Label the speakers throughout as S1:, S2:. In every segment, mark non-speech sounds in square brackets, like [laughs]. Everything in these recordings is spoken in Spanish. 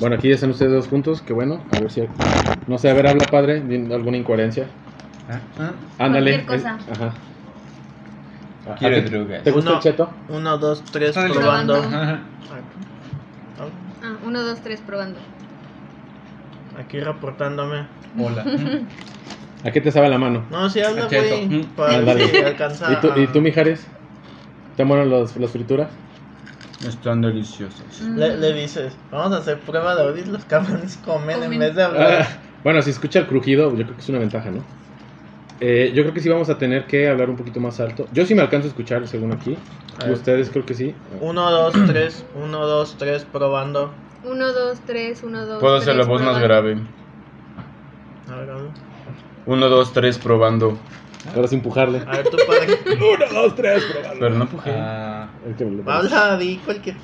S1: Bueno, aquí ya están ustedes dos juntos, qué bueno. A ver si. No sé, a ver, habla padre, di alguna incoherencia. Ándale.
S2: Cualquier cosa.
S1: eh, Ajá. Ah,
S3: Quiero
S1: ¿a ti-
S3: drogas.
S1: ¿Te gusta
S4: Uno.
S1: el cheto?
S4: Uno, dos, tres,
S3: Ay,
S2: probando.
S4: probando.
S3: Ajá.
S4: Ah,
S2: Ah, uno, dos, tres, probando.
S4: Aquí reportándome.
S3: Hola.
S1: ¿A qué te sabe la mano?
S4: No, si habla,
S3: Acheto.
S4: güey.
S3: Mm.
S4: Para
S1: Ándale.
S4: ver si alcanza.
S5: Ah,
S1: ¿Y tú,
S4: a-
S1: ¿Y tú Mijares? ¿Te mueren los- las frituras?
S3: Están deliciosos.
S2: Mm.
S4: Le, le dices, vamos a hacer prueba de oír los cabrones comen, en
S2: Comen.
S4: vez de
S1: Ah,
S4: hablar.
S1: bueno, si escucha el crujido, yo creo que es una ventaja, ¿no? Eh, yo creo que sí vamos a tener que hablar un poquito más alto. Yo sí me alcanzo a escuchar, según aquí.
S4: A
S1: Y
S4: ver.
S1: ustedes creo que sí.
S4: Uno, dos, tres. Uno, dos, tres, probando.
S2: Mm. Uno, dos, tres, uno, dos.
S5: Puedo hacer la
S2: tres,
S5: voz más
S2: probando.
S5: grave.
S4: A ver, habla.
S5: Uno, dos, tres, probando.
S1: Ahora sí empujarle.
S4: a ver tú, padre.
S1: [laughs] Uno, dos, tres, probando.
S5: Pero no pujé.
S3: Ah,
S1: Es que me lo-
S4: Habla, di cualquier.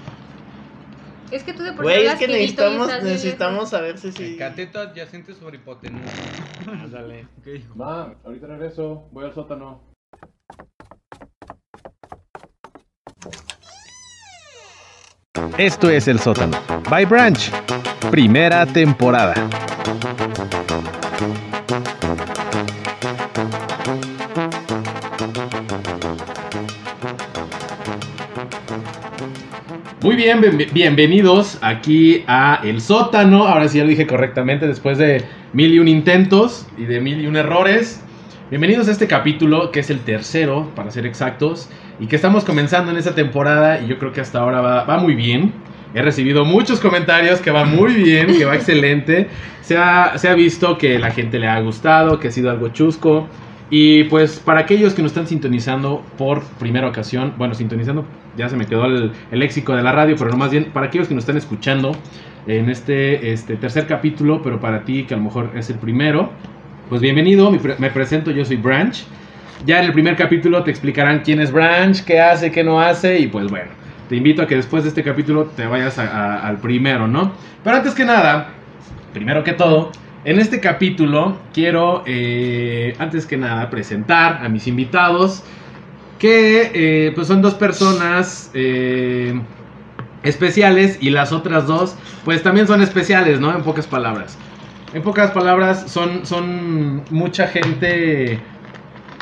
S2: Es que tú de por sí
S4: Güey, es
S2: hablas
S4: que
S2: finito y
S4: necesitamos,
S2: estás bien
S4: necesitamos saber si sí.
S3: Cateto adyacente sobre hipotenusa.
S1: Ándale. Va, ahorita regreso. Voy al sótano.
S6: Esto es El Sótano. By Branch. Primera temporada.
S1: Muy bien, bien- bienvenidos aquí a El Sótano. Ahora sí ya lo dije correctamente después de mil y un intentos y de mil y un errores. Bienvenidos a este capítulo que es el tercero, para ser exactos, y que estamos comenzando en esta temporada y yo creo que hasta ahora va, va muy bien. He recibido muchos comentarios que va muy bien, que va excelente. Se ha, se ha visto que la gente le ha gustado, que ha sido algo chusco. Y pues para aquellos que nos están sintonizando por primera ocasión, bueno, sintonizando, ya se me quedó el, el léxico de la radio, pero no más bien, para aquellos que nos están escuchando en este, este tercer capítulo, pero para ti que a lo mejor es el primero, pues bienvenido, me, pre- me presento, yo soy Branch. Ya en el primer capítulo te explicarán quién es Branch, qué hace, qué no hace, y pues bueno, te invito a que después de este capítulo te vayas a- a- al primero, ¿no? Pero antes que nada, primero que todo, en este capítulo quiero, eh, antes que nada, presentar a mis invitados, que eh, pues son dos personas eh, especiales y las otras dos, pues también son especiales, ¿no? En pocas palabras. En pocas palabras, son, son mucha gente...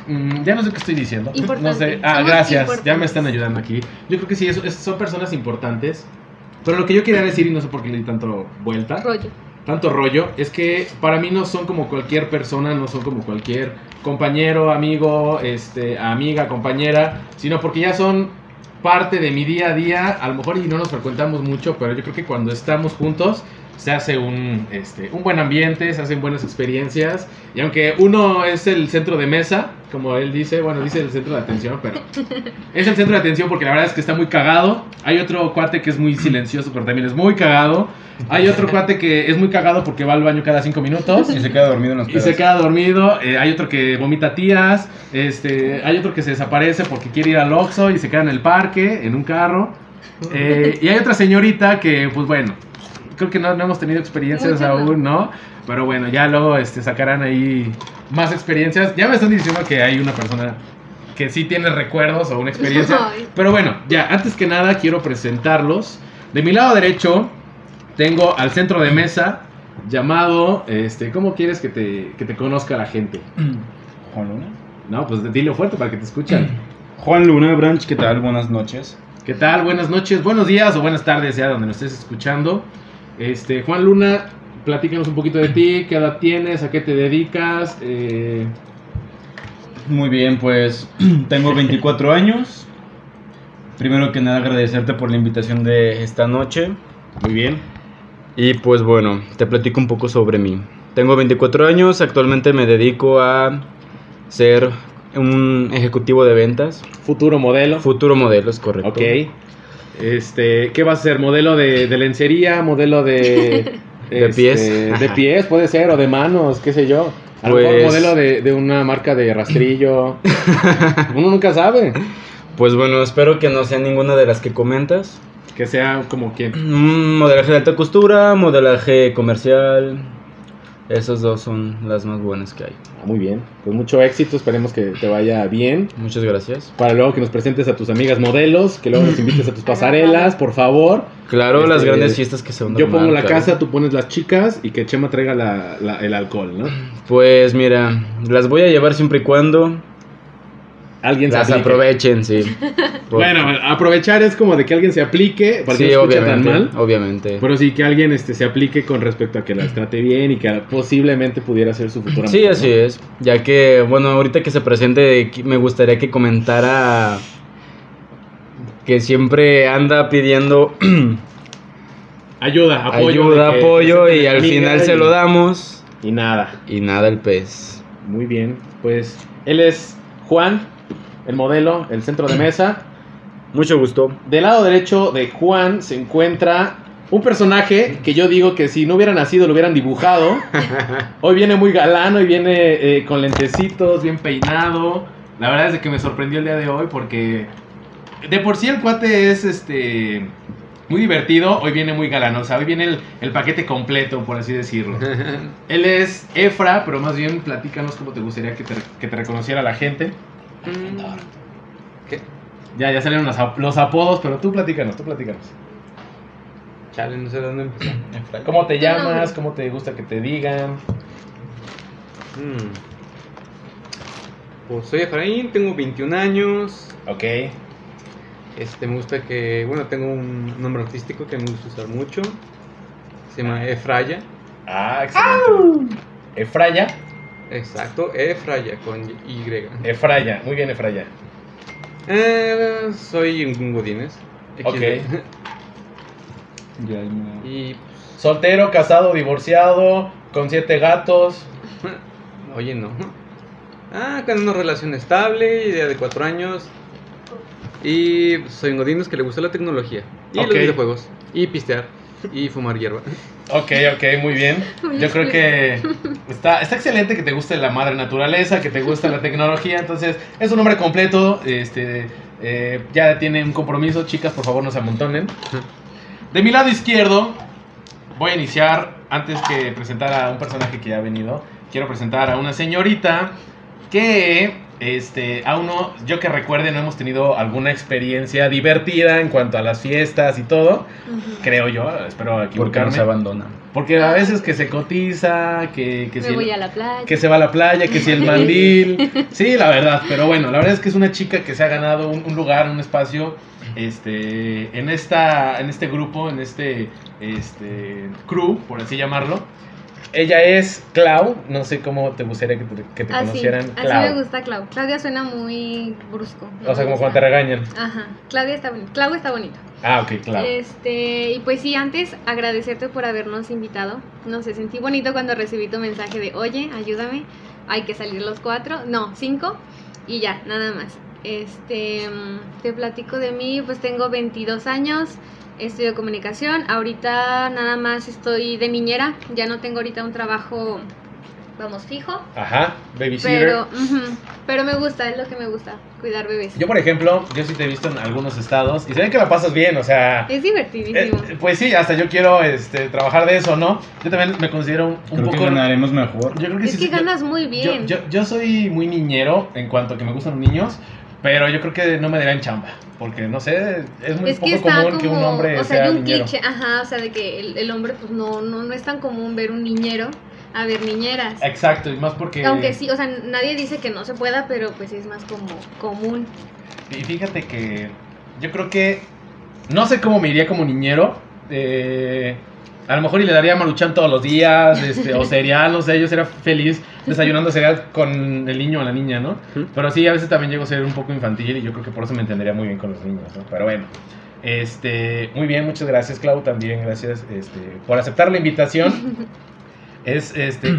S1: mm, ya no sé qué estoy diciendo. [laughs]
S2: Importante.
S1: No sé. Ah,
S2: Somos
S1: gracias. Ya me
S2: importantes.
S1: están ayudando aquí. Yo creo que sí, es- es- son personas importantes. Pero lo que yo quería decir, y no sé por qué le di tanto vuelta
S2: Rollo.
S1: tanto rollo es que para mí no son como cualquier persona, no son como cualquier compañero, amigo, este, amiga, compañera, sino porque ya son parte de mi día a día, a lo mejor y no nos frecuentamos mucho, pero yo creo que cuando estamos juntos se hace un, este, un buen ambiente, se hacen buenas experiencias, y aunque uno es el centro de mesa, como él dice, bueno, dice el centro de atención, pero es el centro de atención porque la verdad es que está muy cagado, hay otro cuate que es muy silencioso, pero también es muy cagado, hay otro cuate que es muy cagado porque va al baño cada cinco minutos.
S5: Y se queda dormido en los
S1: Y
S5: pedos.
S1: se queda dormido, eh, hay otro que vomita tías, este, hay otro que se desaparece porque quiere ir al Oxxo y se queda en el parque, en un carro. eh, y hay otra señorita que, pues bueno, creo que no, no hemos tenido experiencias
S2: Muchas no.
S1: aún, ¿no? Pero bueno, ya luego este, sacarán ahí más experiencias. Ya me están diciendo que hay una persona que sí tiene recuerdos o una experiencia.
S2: [laughs] Ay.
S1: Pero bueno, ya, antes que nada quiero presentarlos. De mi lado derecho tengo al centro de mesa llamado, este, ¿cómo quieres que te, que te conozca la gente?
S5: Juan Luna.
S1: No, pues dilo fuerte para que te escuchen. [clears throat]
S5: Juan Luna, Branch, ¿qué tal? Buenas noches.
S1: ¿Qué tal? Buenas noches, buenos días o buenas tardes, ya donde nos estés escuchando. Este, Juan Luna, platícanos un poquito de ti, qué edad tienes, a qué te dedicas. Eh,
S5: Muy bien, pues [clears throat] tengo 24 años. Primero que nada agradecerte por la invitación de esta noche.
S1: muy bien.
S5: Y pues bueno, te platico un poco sobre mí. Tengo 24 años, actualmente me dedico a ser un ejecutivo de ventas.
S1: Futuro modelo.
S5: Futuro modelo, es correcto.
S1: ok. Este, ¿qué va a ser? ¿Modelo de, de lencería? ¿Modelo [laughs] de... este,
S5: De pies.
S1: De pies, puede ser, o de manos, qué sé yo. A lo mejor
S5: Pues-
S1: modelo de, de una marca de
S5: [laughs]
S1: rastrillo. Uno nunca sabe.
S5: Pues bueno, espero que no sea ninguna de las que comentas.
S1: Que sea como quien.
S5: Mm, Modelaje de alta costura, modelaje comercial, Esas dos son las más buenas que hay.
S1: Ah, Muy bien, pues mucho éxito, esperemos que te vaya bien.
S5: Muchas gracias.
S1: Para luego que nos presentes a tus amigas modelos, que luego nos invites [laughs] a tus pasarelas, por favor.
S5: Claro,
S1: Este,
S5: las grandes fiestas que se van a
S1: Yo pongo
S5: armar,
S1: la
S5: claro.
S1: casa, tú pones las chicas y que Chema traiga la- la- el alcohol, ¿no?
S5: Pues mira, las voy a llevar siempre y cuando
S1: Alguien se
S5: las
S1: aplique.
S5: aprovechen, [laughs] sí. Por-
S1: Bueno, aprovechar es como de que alguien se aplique, para que
S5: sí,
S1: no se escuche tan
S5: obviamente,
S1: mal.
S5: obviamente.
S1: Pero sí, que alguien este, se aplique con respecto a que las trate bien y que posiblemente pudiera ser su futura
S5: Sí,
S1: mujer,
S5: así
S1: ¿no?
S5: es. Ya que, bueno, ahorita que se presente, qui- me gustaría que comentara que siempre anda pidiendo
S1: Ayuda, apoyo.
S5: ayuda,
S1: de que
S5: apoyo
S1: presenten
S5: y
S1: a la
S5: al
S1: amiga
S5: final se
S1: y-
S5: lo damos
S1: Y nada,
S5: y nada el pez.
S1: muy bien. Pues él es Juan, el modelo, el centro de mesa.
S5: Mucho gusto.
S1: Del lado derecho de Juan se encuentra un personaje que yo digo que si no hubiera nacido lo hubieran dibujado. Hoy viene muy galano y viene eh, con lentecitos, bien peinado. La verdad es de que me sorprendió el día de hoy porque de por sí el cuate es este muy divertido. Hoy viene muy galano, o sea, hoy viene el, el paquete completo, por así decirlo. Él es Efra, pero más bien platícanos cómo te gustaría que te, que te reconociera la gente.
S3: Mm. ¿Qué?
S1: Ya, ya salieron los, ap- los apodos, pero tú platícanos, tú platícanos.
S3: Chale, no sé dónde empezar.
S1: ¿Cómo te
S2: Tu nombre.
S1: llamas? ¿Cómo te gusta que te digan?
S3: Mm. Pues soy Efraín, tengo 21 años.
S1: Ok.
S3: Este, me gusta que, bueno, tengo un nombre artístico que me gusta usar mucho. Se llama Efraya.
S1: Ah, excelente. Efraya.
S3: Exacto, Efraya con Y.
S1: Efraya. Muy bien, Efraya.
S3: Eh, soy un Godines.
S1: Ok.
S3: Y, pues,
S1: Soltero, casado, divorciado, con siete gatos.
S3: oye, no. Ah, con una relación estable, idea de cuatro años. Y pues, soy un Godines que le gusta la tecnología. Y
S1: Ok.
S3: los videojuegos. Y pistear. Y fumar hierba.
S1: Ok, ok, muy bien. Yo creo que está, está excelente que te guste la madre naturaleza, que te guste la tecnología. Entonces, es un hombre completo. Este, eh, ya tiene un compromiso. Chicas, por favor, no se amontonen. De mi lado izquierdo, voy a iniciar. Antes que presentar a un personaje que ya ha venido, quiero presentar a una señorita que. Este, aún no, yo que recuerde, no hemos tenido alguna experiencia divertida en cuanto a las fiestas y todo. Creo yo, espero
S5: Porque
S1: equivocarme.
S5: nos abandona.
S1: Porque a veces que se cotiza, que, que,
S2: Me
S1: si el-
S2: voy a la playa.
S1: que se va a la playa, que
S2: [laughs]
S1: si el mandil. Sí, la verdad, pero bueno, la verdad es que es una chica que se ha ganado un, un lugar, un espacio este, en, esta, en este grupo, en este, este crew, por así llamarlo. Ella es Clau, no sé cómo te gustaría que te, que te
S2: así,
S1: conocieran.
S2: Ah, así me
S1: Clau.
S2: gusta Clau. Claudia suena muy brusco. no
S1: O sea,
S2: me
S1: como
S2: gusta.
S1: cuando te regañan.
S2: Ajá, Claudia está bonita. Clau está bonita.
S1: Ah, ok, Clau.
S2: Este, y pues sí, antes agradecerte por habernos invitado. No sé, sentí bonito cuando recibí tu mensaje de, oye, ayúdame, hay que salir los cuatro, no, cinco, y ya, nada más. Este, mm, te platico de mí, pues tengo 22 años, estudio comunicación, ahorita nada más estoy de niñera, ya no tengo ahorita un trabajo, vamos, fijo,
S1: Ajá, babysitter.
S2: pero, ujú, pero me gusta, es lo que me gusta, cuidar bebés.
S1: Yo, por ejemplo, yo sí te he visto en algunos estados y se ve que la pasas bien, o sea...
S2: Es divertidísimo.
S1: Eh, pues sí, hasta yo quiero este, trabajar de eso, ¿no? Yo también me considero un, un
S5: Creo
S1: poco.
S5: que ganaremos mejor.
S1: yo creo que
S2: es
S1: sí.
S2: que
S1: yo-
S2: ganas muy
S1: yo,
S2: bien.
S1: yo- yo soy muy niñero en cuanto a que me gustan los niños, pero yo creo que no me darían chamba. Porque no sé, es muy
S2: es que
S1: poco
S2: está
S1: común
S2: como,
S1: que un hombre
S2: o sea,
S1: sea
S2: hay un
S1: niñero.
S2: cliché, ajá, o sea, de que el, el hombre pues no, no, no es tan común ver un niñero a ver niñeras.
S1: Exacto, y más porque.
S2: Aunque sí, o sea, nadie dice que no se pueda, pero pues es más como común.
S1: Y fíjate que yo creo que no sé cómo me iría como niñero. eh, a lo mejor y le daría maruchan todos los días, este, o cereal, no sé, yo sería feliz desayunando cereal con el niño o la niña, ¿no?
S5: Ujú.
S1: Pero sí, a veces también llego a ser un poco infantil y yo creo que por eso me entendería muy bien con los niños, ¿no? Pero bueno, este, muy bien, muchas gracias, Clau, también gracias este, por aceptar la invitación. Es, este,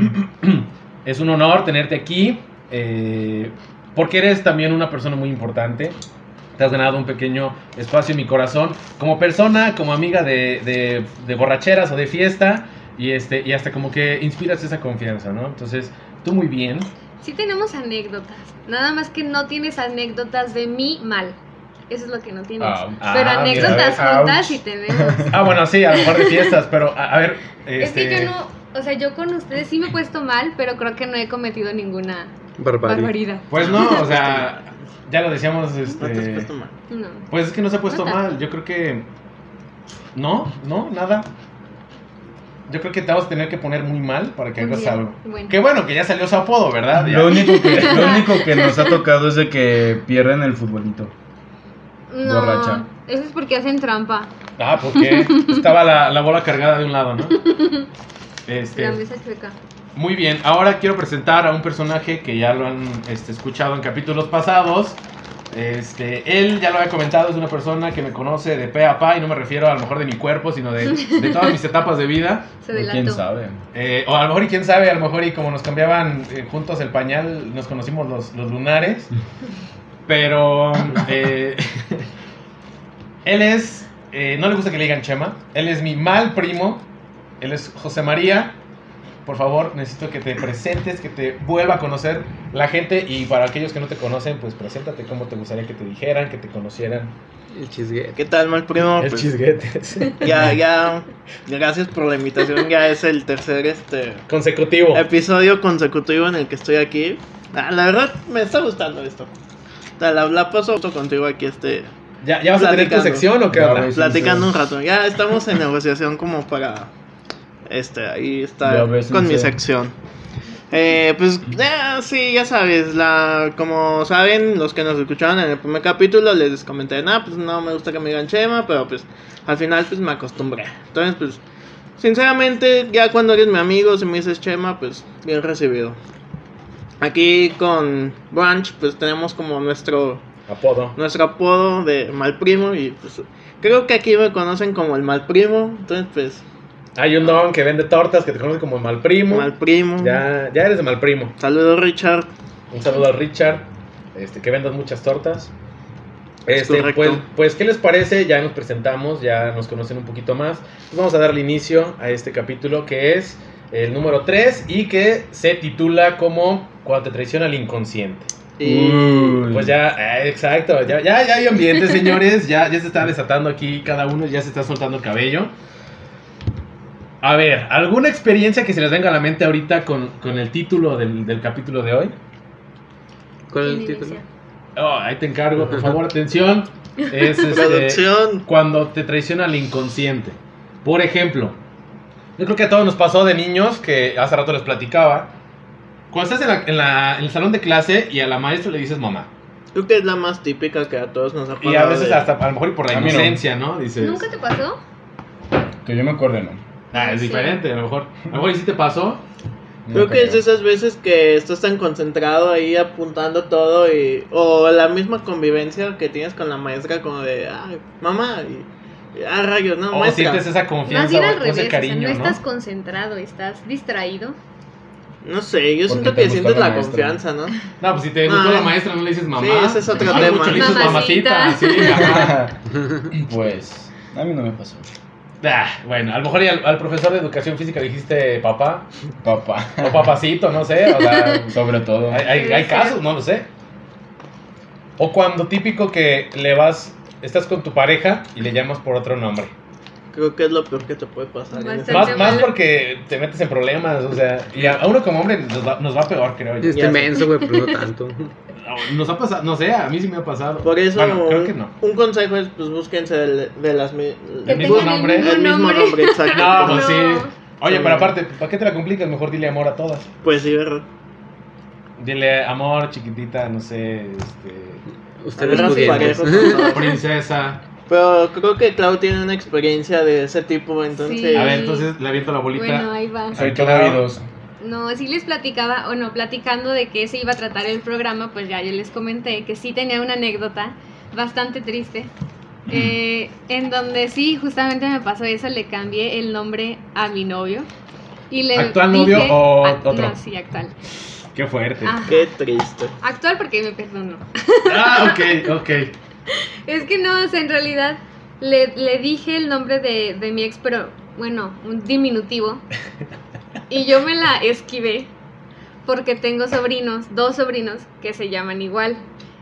S1: [clears throat] es un honor tenerte aquí, eh, porque eres también una persona muy importante. Te has ganado un pequeño espacio en mi corazón como persona, como amiga de, de- de borracheras o de fiesta y, este, y hasta como que inspiras esa confianza, ¿no? Entonces, tú muy bien.
S2: Sí tenemos anécdotas, nada más que no tienes anécdotas de mí mal. Eso es lo que no tienes.
S5: Ah,
S2: pero
S1: ah,
S2: anécdotas
S1: mira,
S2: juntas
S1: ouch. [laughs]
S2: sí tenemos.
S1: Ah, bueno, sí, a lo mejor de fiestas, pero a, a ver...
S2: Es que
S1: este,
S2: yo no, o sea, yo con ustedes sí me he puesto mal, pero creo que no he cometido ninguna
S3: Barbarie.
S2: barbaridad.
S1: Pues no, o sea, ya lo decíamos,
S4: No te has puesto
S1: este...
S4: mal.
S2: No.
S1: Pues es que no se ha puesto
S2: No tanto.
S1: mal, yo creo que... No, no, nada. Yo creo que te vas a tener que poner muy mal para que
S2: Un
S1: hagas
S2: día.
S1: algo.
S2: Pues Bueno.
S1: Qué bueno que ya salió su apodo, ¿verdad? Ya.
S5: Lo único, que,
S2: [laughs]
S5: lo único que nos ha tocado es de que pierden el futbolito.
S2: No,
S5: Borracha.
S2: eso es porque hacen trampa.
S1: Ah, porque estaba la, la bola cargada de un lado, ¿no?
S2: La
S1: Este,
S2: mesa chueca.
S1: muy bien, ahora quiero presentar a un personaje que ya lo han este, escuchado en capítulos pasados. Este, él ya lo había comentado, es una persona que me conoce de pe a pa y no me refiero a lo mejor de mi cuerpo, sino de, de todas mis etapas de vida.
S2: Se
S5: Pero ¿Quién
S2: delató.
S5: sabe?
S1: Eh, o a lo mejor, y quién sabe, a lo mejor, y como nos cambiaban eh, juntos el pañal, nos conocimos los, los lunares. Pero eh, [laughs] él es, eh, no le gusta que le digan Chema, él es mi mal primo, él es José María. Por favor, necesito que te presentes, que te vuelva a conocer la gente. Y para aquellos que no te conocen, pues preséntate como te gustaría que te dijeran, que te conocieran.
S3: El chisguete.
S4: ¿Qué tal, mal primo?
S1: Es
S4: Pues,
S1: chisguetes.
S4: ya, ya. Gracias por la invitación. Ya es el tercer este
S1: Consecutivo.
S4: episodio consecutivo en el que estoy aquí. Ah, la verdad, me está gustando esto. La, la, la paso gusto contigo aquí este
S1: ¿Ya, ya vas a tener tu
S4: platicando.
S1: sección o qué
S5: Ya,
S1: onda?
S5: güey. Sí,
S4: platicando
S5: sí.
S4: un rato. Ya estamos en negociación como para este ahí
S5: Ya
S4: está
S5: ves,
S4: con mi
S5: sí.
S4: sección. Eh, pues eh, sí, ya sabes, la como saben los que nos escucharon en el primer capítulo les comenté, "Nah, pues no me gusta que me digan Chema", pero pues al final pues me acostumbré. Entonces, pues sinceramente ya cuando eres mi amigo, si me dices Chema, pues bien recibido. Aquí con Branch pues tenemos como nuestro
S1: Apodo.
S4: nuestro apodo de mal primo y pues creo que aquí me conocen como el mal primo, entonces pues
S1: Hay un don que vende tortas que te conoce como mal primo.
S4: mal primo.
S1: Ya, ya eres de mal primo.
S4: Saludos Richard.
S1: Un saludo a Richard, este, que vendas muchas tortas.
S4: Es
S1: Este,
S4: correcto.
S1: pues, pues, ¿qué les parece? Ya nos presentamos, ya nos conocen un poquito más. Pues vamos a darle inicio a este capítulo que es el número 3 y que se titula como Cuando te traiciona el inconsciente.
S4: Y
S5: Uy.
S1: Pues ya, eh, exacto, ya, ya, ya hay ambiente, señores, ya, ya se está desatando aquí cada uno, ya se está soltando el cabello. A ver, ¿alguna experiencia que se les venga a la mente ahorita con, con el título del, del capítulo de hoy?
S3: ¿Cuál es el
S2: ¿Quién
S3: título?
S2: inicia?
S1: Oh, ahí te encargo, por favor, atención. Es este,
S4: producción.
S1: cuando te traiciona el inconsciente. Por ejemplo, yo creo que a todos nos pasó de niños que hace rato les platicaba. Cuando estás en, la- en la- en el salón de clase y a la maestra le dices mamá.
S4: Creo que es la más típica que a todos nos ha
S1: Y a
S4: pasado
S1: veces
S4: de-
S1: hasta, a lo mejor y por la
S5: A mí no.
S1: inocencia, ¿no? Dices,
S2: ¿Nunca te pasó?
S5: Que yo me acuerdo, ¿no?
S1: ah, es
S2: Sí.
S1: diferente, a lo mejor. A lo mejor y sí te pasó.
S4: Creo
S5: No
S4: que es de esas veces que estás tan concentrado ahí apuntando todo y o la misma convivencia que tienes con la maestra como de, ay, mamá, y, ah, rayos, no,
S1: O
S4: maestra.
S1: sientes esa
S2: Más
S1: confianza
S2: bien
S1: o,
S2: al
S1: o ese
S2: revés, o sea,
S1: cariño,
S2: no,
S1: ¿no?
S2: estás concentrado, estás distraído.
S4: No sé, yo
S5: Porque
S4: siento
S5: te
S4: que
S5: gusta
S4: sientes
S5: la
S4: la
S5: maestra.
S4: confianza, ¿no?
S1: No, pues si te gustó
S4: Ay.
S2: Ah.
S1: la maestra, no le dices mamá.
S4: Sí, ese es otro
S1: Ay,
S4: tema.
S1: mucho le dices mamacita.
S5: [laughs]
S2: Mamacita.
S1: sí, ajá.
S5: pues a mí no me pasó.
S1: Ah, bueno, a lo mejor y al, al profesor de educación física le dijiste papá
S5: Papá,
S1: o papacito, no sé. O
S5: [laughs]
S1: sea,
S5: sobre todo.
S1: hay, hay- hay casos, no lo sé. O cuando típico que le vas, estás con tu pareja y le llamas por otro nombre.
S4: Creo que es lo peor que te puede pasar. en
S2: Maestra.
S4: ese-
S1: Más,
S2: Bastante
S1: más
S2: mal.
S1: porque te metes en problemas, o sea, y a a uno como hombre nos va, nos va peor, creo yo. Ah,
S4: Ya
S3: Este
S4: sé.
S3: menso, güey, pero no tanto.
S1: Nos ha pasado, no sé, a mí sí me ha pasado.
S4: Por eso
S1: Bueno,
S4: un,
S1: creo que no.
S4: un consejo es pues búsquense del- de, las mi-
S1: ¿Del
S2: Que
S1: mismo
S2: tengan
S1: nombre?
S2: El mismo
S4: el mismo
S2: nombre.
S4: nombre, exacto.
S1: No, pues
S2: No.
S1: sí. Oye,
S4: Sí.
S1: pero aparte, ¿para qué te la complicas? Mejor dile amor a todas.
S4: Pues sí, verdad.
S1: Dile amor, chiquitita, no sé, este,
S3: Ustedes
S4: Abrazos
S3: pudientes.
S4: parejos con
S1: [laughs]
S4: todos.
S1: princesa.
S4: Pero creo que Clau tiene una experiencia de ese tipo, entonces.
S2: Sí.
S1: A ver, entonces le aviento la bolita.
S2: Bueno, ahí va.
S5: Soy todo
S1: Claro.
S5: oídos.
S2: No, sí les platicaba, o no, platicando de que se iba a tratar el programa, pues ya yo les comenté que sí tenía una anécdota bastante triste,
S1: Mm.
S2: eh, en donde sí, justamente me pasó eso, le cambié el nombre a mi novio. Y le
S1: ¿Actual
S2: dije-
S1: novio o
S2: Ah,
S1: otro?
S2: No, sí, actual.
S1: Qué fuerte.
S2: Ajá.
S4: Qué triste.
S2: Actual porque me perdonó.
S1: Ah, ok, ok.
S2: Es que no, o sea, en realidad le, le dije el nombre de, de mi ex, pero bueno, un diminutivo. Y yo me la esquivé porque tengo sobrinos, dos sobrinos que se llaman igual.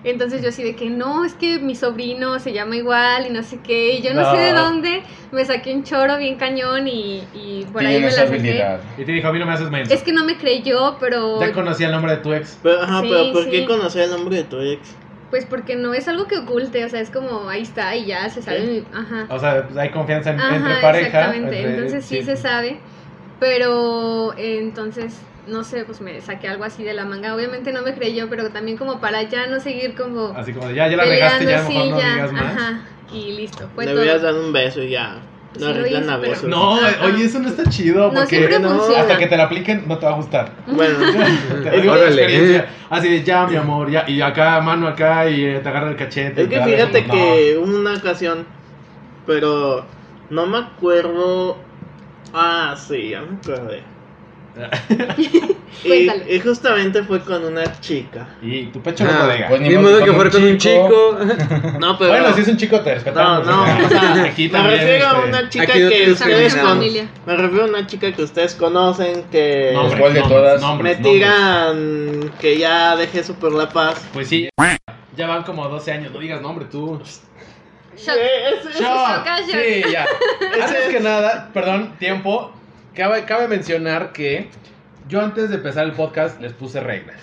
S2: Entonces yo así de que no, es que mi sobrino se llama igual y no sé qué, y yo no, sé de
S1: No.
S2: dónde, me saqué un choro bien cañón y, y por ahí me
S7: Tienes
S2: la saqué.
S7: habilidad.
S1: Y te dijo, a mí no me haces menso.
S2: Es que no me creyó, pero
S1: Ya conocía el nombre de tu ex.
S4: Pero, ajá,
S2: Sí,
S4: pero ¿por
S2: sí.
S4: qué conocer el nombre de tu ex?
S2: pues porque no es algo que oculte, o sea, es como ahí está y ya se sabe. mi- Ajá.
S1: O sea, pues, hay confianza en-
S2: Ajá,
S1: entre pareja.
S2: exactamente.
S1: entre-
S2: entonces sí, se sabe, pero eh, entonces no sé, pues me saqué algo así de la manga. Obviamente no me creyó, pero también como para ya no seguir como
S1: Así como de, ya, ya la regaste, ya mejor no digas más.
S2: ajá, y listo. Fue
S4: Le
S2: todo. Pues
S4: hubieras dado un beso y ya.
S2: Sí,
S4: No
S2: lo
S4: arreglan
S2: hice,
S4: a
S2: pero-
S4: besos.
S1: No,
S2: Ajá.
S1: oye, eso no está chido
S2: No
S1: porque
S2: siempre
S4: no,
S2: funciona.
S1: hasta que te la apliquen no te va a gustar.
S4: Bueno, Mm. [laughs]
S1: Te [laughs] lo digo por
S5: Órale.
S1: experiencia. Así de ya, mi amor, ya. Y acá, mano acá, y eh, te agarra el cachete.
S4: es
S1: y
S4: que
S1: te agarra
S4: fíjate
S1: el-
S4: que hubo una ocasión, pero no me acuerdo. Ah, sí, ya me acordé. y,
S2: Cuéntalo.
S4: y justamente fue con una chica.
S1: No. Y tu pecho no bodega.
S7: pues, ni
S3: Ah, Ni
S7: modo
S3: modo
S7: que
S3: que
S7: con
S3: fuera
S7: un
S3: con un chico.
S4: No, pero.
S1: Bueno, si es un chico, te
S4: no,
S1: respetamos.
S4: no,
S1: [laughs]
S4: o sea,
S1: aquí
S4: me
S1: también.
S4: refiero a
S1: este,
S4: una chica
S3: aquí no
S4: que
S3: tienes
S4: ustedes
S3: criminal.
S4: con,
S2: Familia.
S4: me refiero a una chica que ustedes conocen que
S1: nombres,
S7: ¿Cuál de
S1: nombres,
S7: todas?
S1: nombres,
S4: me tiran que ya dejé eso por la paz.
S1: nombres. Pues sí. Ya van como 12 años, no digas nombre tú.
S2: Shock.
S4: Eh, ese-
S1: Shock.
S2: Shock.
S1: Sí, ya. Antes que nada, perdón, tiempo. Cabe, cabe mencionar que yo antes de empezar el podcast les puse reglas.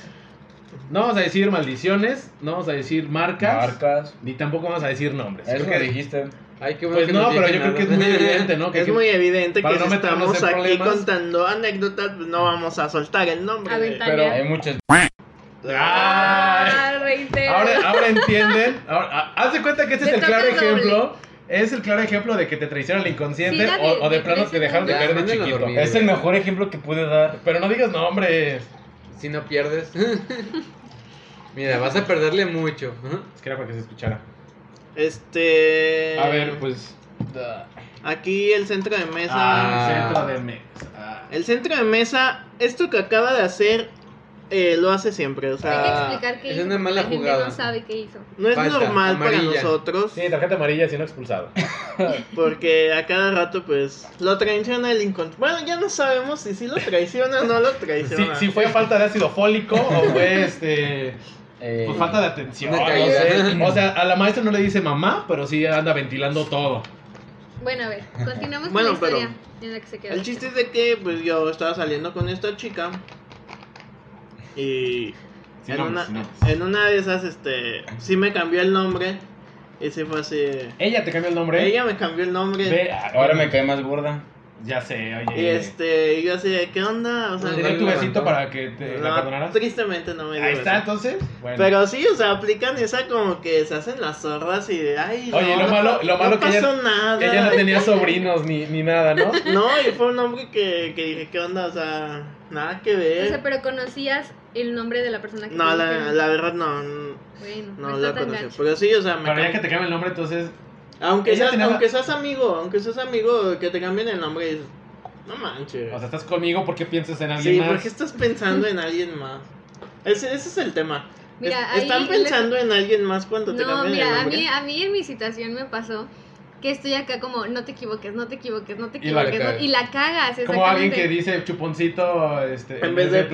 S1: No vamos a decir maldiciones, no vamos a decir marcas,
S7: Marcas.
S1: ni tampoco vamos a decir nombres.
S7: Eso que
S1: Creo que-
S7: dijiste.
S3: Ay, qué bueno
S1: Pues
S3: que
S1: no,
S3: dije
S1: pero yo creo
S3: nada.
S1: que es
S3: [laughs]
S1: muy
S4: [laughs]
S1: evidente, ¿no? Que
S4: Es muy evidente
S1: para
S4: que
S1: no
S4: si
S1: meternos
S4: estamos
S1: en
S4: aquí
S1: problemas.
S4: contando anécdotas, pues no vamos a soltar el nombre.
S2: A ver, tal-
S1: Pero- eh,
S7: Hay muchas.
S1: ¡Ay!
S2: Ah, reitero.
S1: Ahora, ahora entienden. Ahora, ah, haz de cuenta que este
S2: Te
S1: es el claro
S2: toca el doble.
S1: ejemplo. Es el claro ejemplo de que te traicionan al inconsciente
S2: Sí, ya
S1: o,
S2: de-
S1: o de
S2: de
S1: plano te
S2: traicionan.
S1: dejaron de
S3: Ya,
S1: caer de
S3: mándenlo a
S1: chiquito.
S3: dormir.
S7: Es el mejor ejemplo que pude dar.
S1: Pero no digas nombres.
S3: Si no pierdes. Mira, vas a perderle mucho. ¿eh?
S1: Es que era para que se escuchara.
S4: Este.
S1: A ver, pues. da-
S4: Aquí el centro de mesa.
S1: Ah,
S3: Ah.
S1: centro de mesa. Ah.
S4: El centro de mesa, esto que acaba de hacer, eh, lo hace siempre. O
S2: Hay que
S4: sea,
S2: explicar qué
S3: es
S2: hizo.
S3: una
S2: porque
S3: mala
S2: la gente
S3: jugada.
S2: no sabe qué hizo.
S4: no es
S3: Falta,
S4: normal
S3: amarilla.
S4: para nosotros.
S1: Sí, tarjeta amarilla, si no expulsado.
S4: Porque a cada rato, pues, lo traiciona el inconsciente. Bueno, ya no sabemos si sí lo traiciona o no lo
S1: Si,
S4: traiciona.
S1: si fue falta de ácido fólico o fue este.
S7: Eh,
S1: Pues falta de atención.
S3: Una
S1: no
S3: caída.
S1: sé. O sea, a la maestra no le dice mamá, pero sí anda ventilando todo.
S2: Bueno, a
S1: [laughs]
S2: ver, continuamos
S4: Bueno,
S2: con la
S4: pero-
S2: historia en la que se quedó.
S4: El chiste es de que, pues, yo estaba saliendo con esta chica. Y
S1: Sí,
S4: en,
S1: nombres,
S4: una,
S1: sí, nombres.
S4: en una de esas, este, sí me cambió el nombre. Y se fue así.
S1: Ella te cambió el nombre.
S4: Ella me cambió el nombre.
S1: Ve, ah,
S7: Ahora me cae más gorda.
S1: Ya sé,
S4: Y
S1: oye.
S4: este, y yo así, de, ¿qué onda? O sea,
S1: ¿Te
S3: Bueno,
S1: dio tu
S3: no,
S1: besito
S3: no.
S1: para que te la
S4: no,
S1: perdonaras?
S4: tristemente no me dio
S1: Ahí
S4: beso.
S1: está, entonces. Bueno.
S4: Pero sí, o sea, aplican esa como que se hacen las zorras y de, ay,
S1: Oye,
S4: no,
S1: lo
S4: no,
S1: malo- lo
S4: no
S1: malo que ella-
S4: pasó nada.
S1: Ella no tenía sobrinos ni, ni nada, ¿no?
S4: [laughs] No, y fue un hombre que, que dije, ¿qué onda? O sea, nada que
S2: O sea,
S4: ver.
S2: pero conocías el nombre de la persona que
S4: No,
S2: te
S4: la,
S2: dijeron.
S4: la verdad no, no,
S2: Bueno,
S4: no
S2: no
S4: la
S2: está tan
S4: conocí.
S2: gacho.
S4: Pero sí, o sea, me
S1: Pero ya
S4: cam-
S1: que te cambia el nombre, entonces.
S4: aunque,
S1: ella
S4: seas,
S1: tenía la-
S4: aunque seas amigo, aunque seas amigo, que te cambien el nombre, dices, no manches.
S1: O sea, estás conmigo porque piensas en alguien
S4: sí,
S1: más.
S4: porque estás pensando en alguien más. Ese, ese es el tema.
S2: Mira,
S4: Es- Están
S2: ahí-
S4: pensando en alguien más cuando te
S2: No,
S4: cambian el
S2: mira, a
S4: nombre.
S2: mí, a mí en mi situación me pasó que estoy acá como, no te equivoques, no te equivoques, no te
S1: Y la
S2: equivoques. no-
S3: cagas.
S2: Y la cagas, exactamente.
S1: Como alguien que dice chuponcito este,
S4: En vez de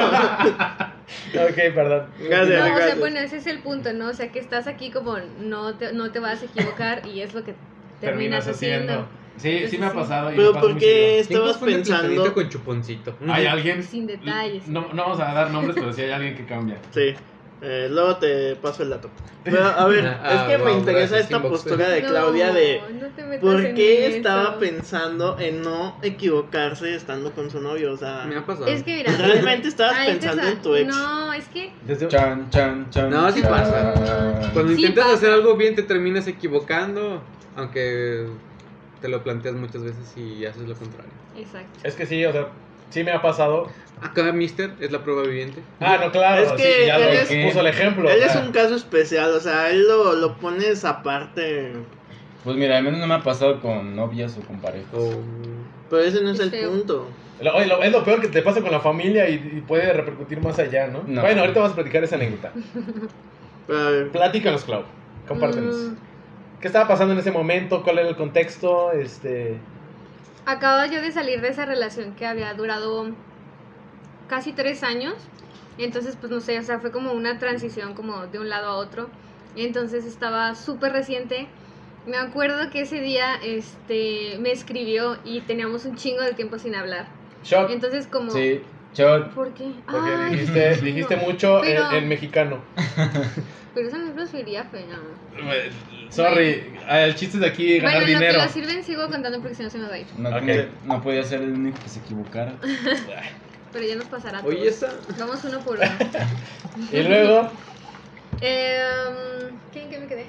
S1: [laughs] ok, perdón.
S4: Gracias.
S2: No, o sea,
S4: Gracias.
S2: bueno, ese es el punto, ¿no? O sea, que estás aquí como, no te, no te vas a equivocar y es lo
S4: [laughs]
S2: que terminas,
S1: Terminas haciendo. Sí, sí
S2: Entonces,
S1: me ha
S2: sí.
S1: pasado. y me
S4: Pero
S1: pasa muy
S4: ¿por qué
S1: seguido.
S4: estabas pensando?
S3: con chuponcito.
S1: Hay alguien.
S2: Sin detalles.
S1: No, no vamos a dar nombres, pero sí hay alguien que cambia.
S4: Sí. Eh, luego te paso el dato. Pero, a
S1: [laughs]
S4: ver,
S3: Ah,
S4: es que
S3: wow,
S4: me interesa
S3: gracias,
S4: esta
S3: inbox.
S4: postura de
S2: No,
S4: Claudia de
S2: no te metas
S4: por
S2: en
S4: qué
S2: eso.
S4: estaba pensando en no equivocarse estando con su novio. O sea,
S3: Me ha pasado.
S2: Es que mira.
S4: realmente estabas
S2: ahí te
S4: pensando
S2: sa-
S4: en tu ex.
S2: No, es que.
S1: Desde-
S7: Chan, chan, chan.
S3: No, sí
S7: chan.
S3: pasa. Cuando
S2: Sí
S3: intentas
S2: pasa.
S3: hacer algo bien te terminas equivocando, aunque te lo planteas muchas veces y haces lo contrario.
S2: Exacto.
S1: Es que sí, o sea, sí me ha pasado.
S3: Acá Mister es la prueba viviente.
S1: Ah, no, claro.
S4: Es
S1: sí,
S4: que
S1: ya
S4: él
S1: lo
S4: es-
S1: puso el ejemplo.
S4: Él es
S1: Ah.
S4: un caso especial, o sea, él lo, lo pones aparte.
S7: Pues mira, al menos no me ha pasado con novias o con parejas.
S3: O-
S4: Pero ese no es
S2: Es
S4: el
S2: feo.
S4: punto.
S1: Lo- oye, lo- es lo peor que te pasa con la familia y, y puede repercutir más allá, ¿no?
S7: No.
S1: Bueno, ahorita vamos a platicar esa anécdota.
S4: Pero, a ver,
S1: Platícanos, Clau. Compártenos.
S2: Mm,
S1: ¿Qué estaba pasando en ese momento? ¿Cuál era el contexto? Este.
S2: acababa yo de salir de esa relación que había durado casi tres años. Entonces, pues no sé, o sea, fue como una transición como de un lado a otro. Entonces estaba súper reciente. Me acuerdo que ese día este, me escribió y teníamos un chingo de tiempo sin hablar.
S1: Shot.
S2: Entonces como...
S1: Sí, shot.
S2: ¿Por qué?
S1: Porque
S2: Ay, [laughs]
S1: [laughs] dijiste,
S2: no.
S1: dijiste mucho en-
S2: Pero-
S1: en, mexicano.
S2: Pero eso no es grosería, fea.
S1: Eh, Sorry, el chiste es de aquí
S2: Bueno,
S1: ganar
S2: en lo que
S1: dinero.
S2: lo sirven sigo contando porque si no se me va a ir.
S5: No,
S1: Ok.
S5: pude- no podía ser el único que se equivocara.
S2: Pero ya nos pasará. a
S8: Oye,
S2: todos.
S8: esa.
S2: Vamos uno por uno.
S1: [laughs] Y luego
S2: [laughs] Em, ¿qué- ¿En qué me quedé?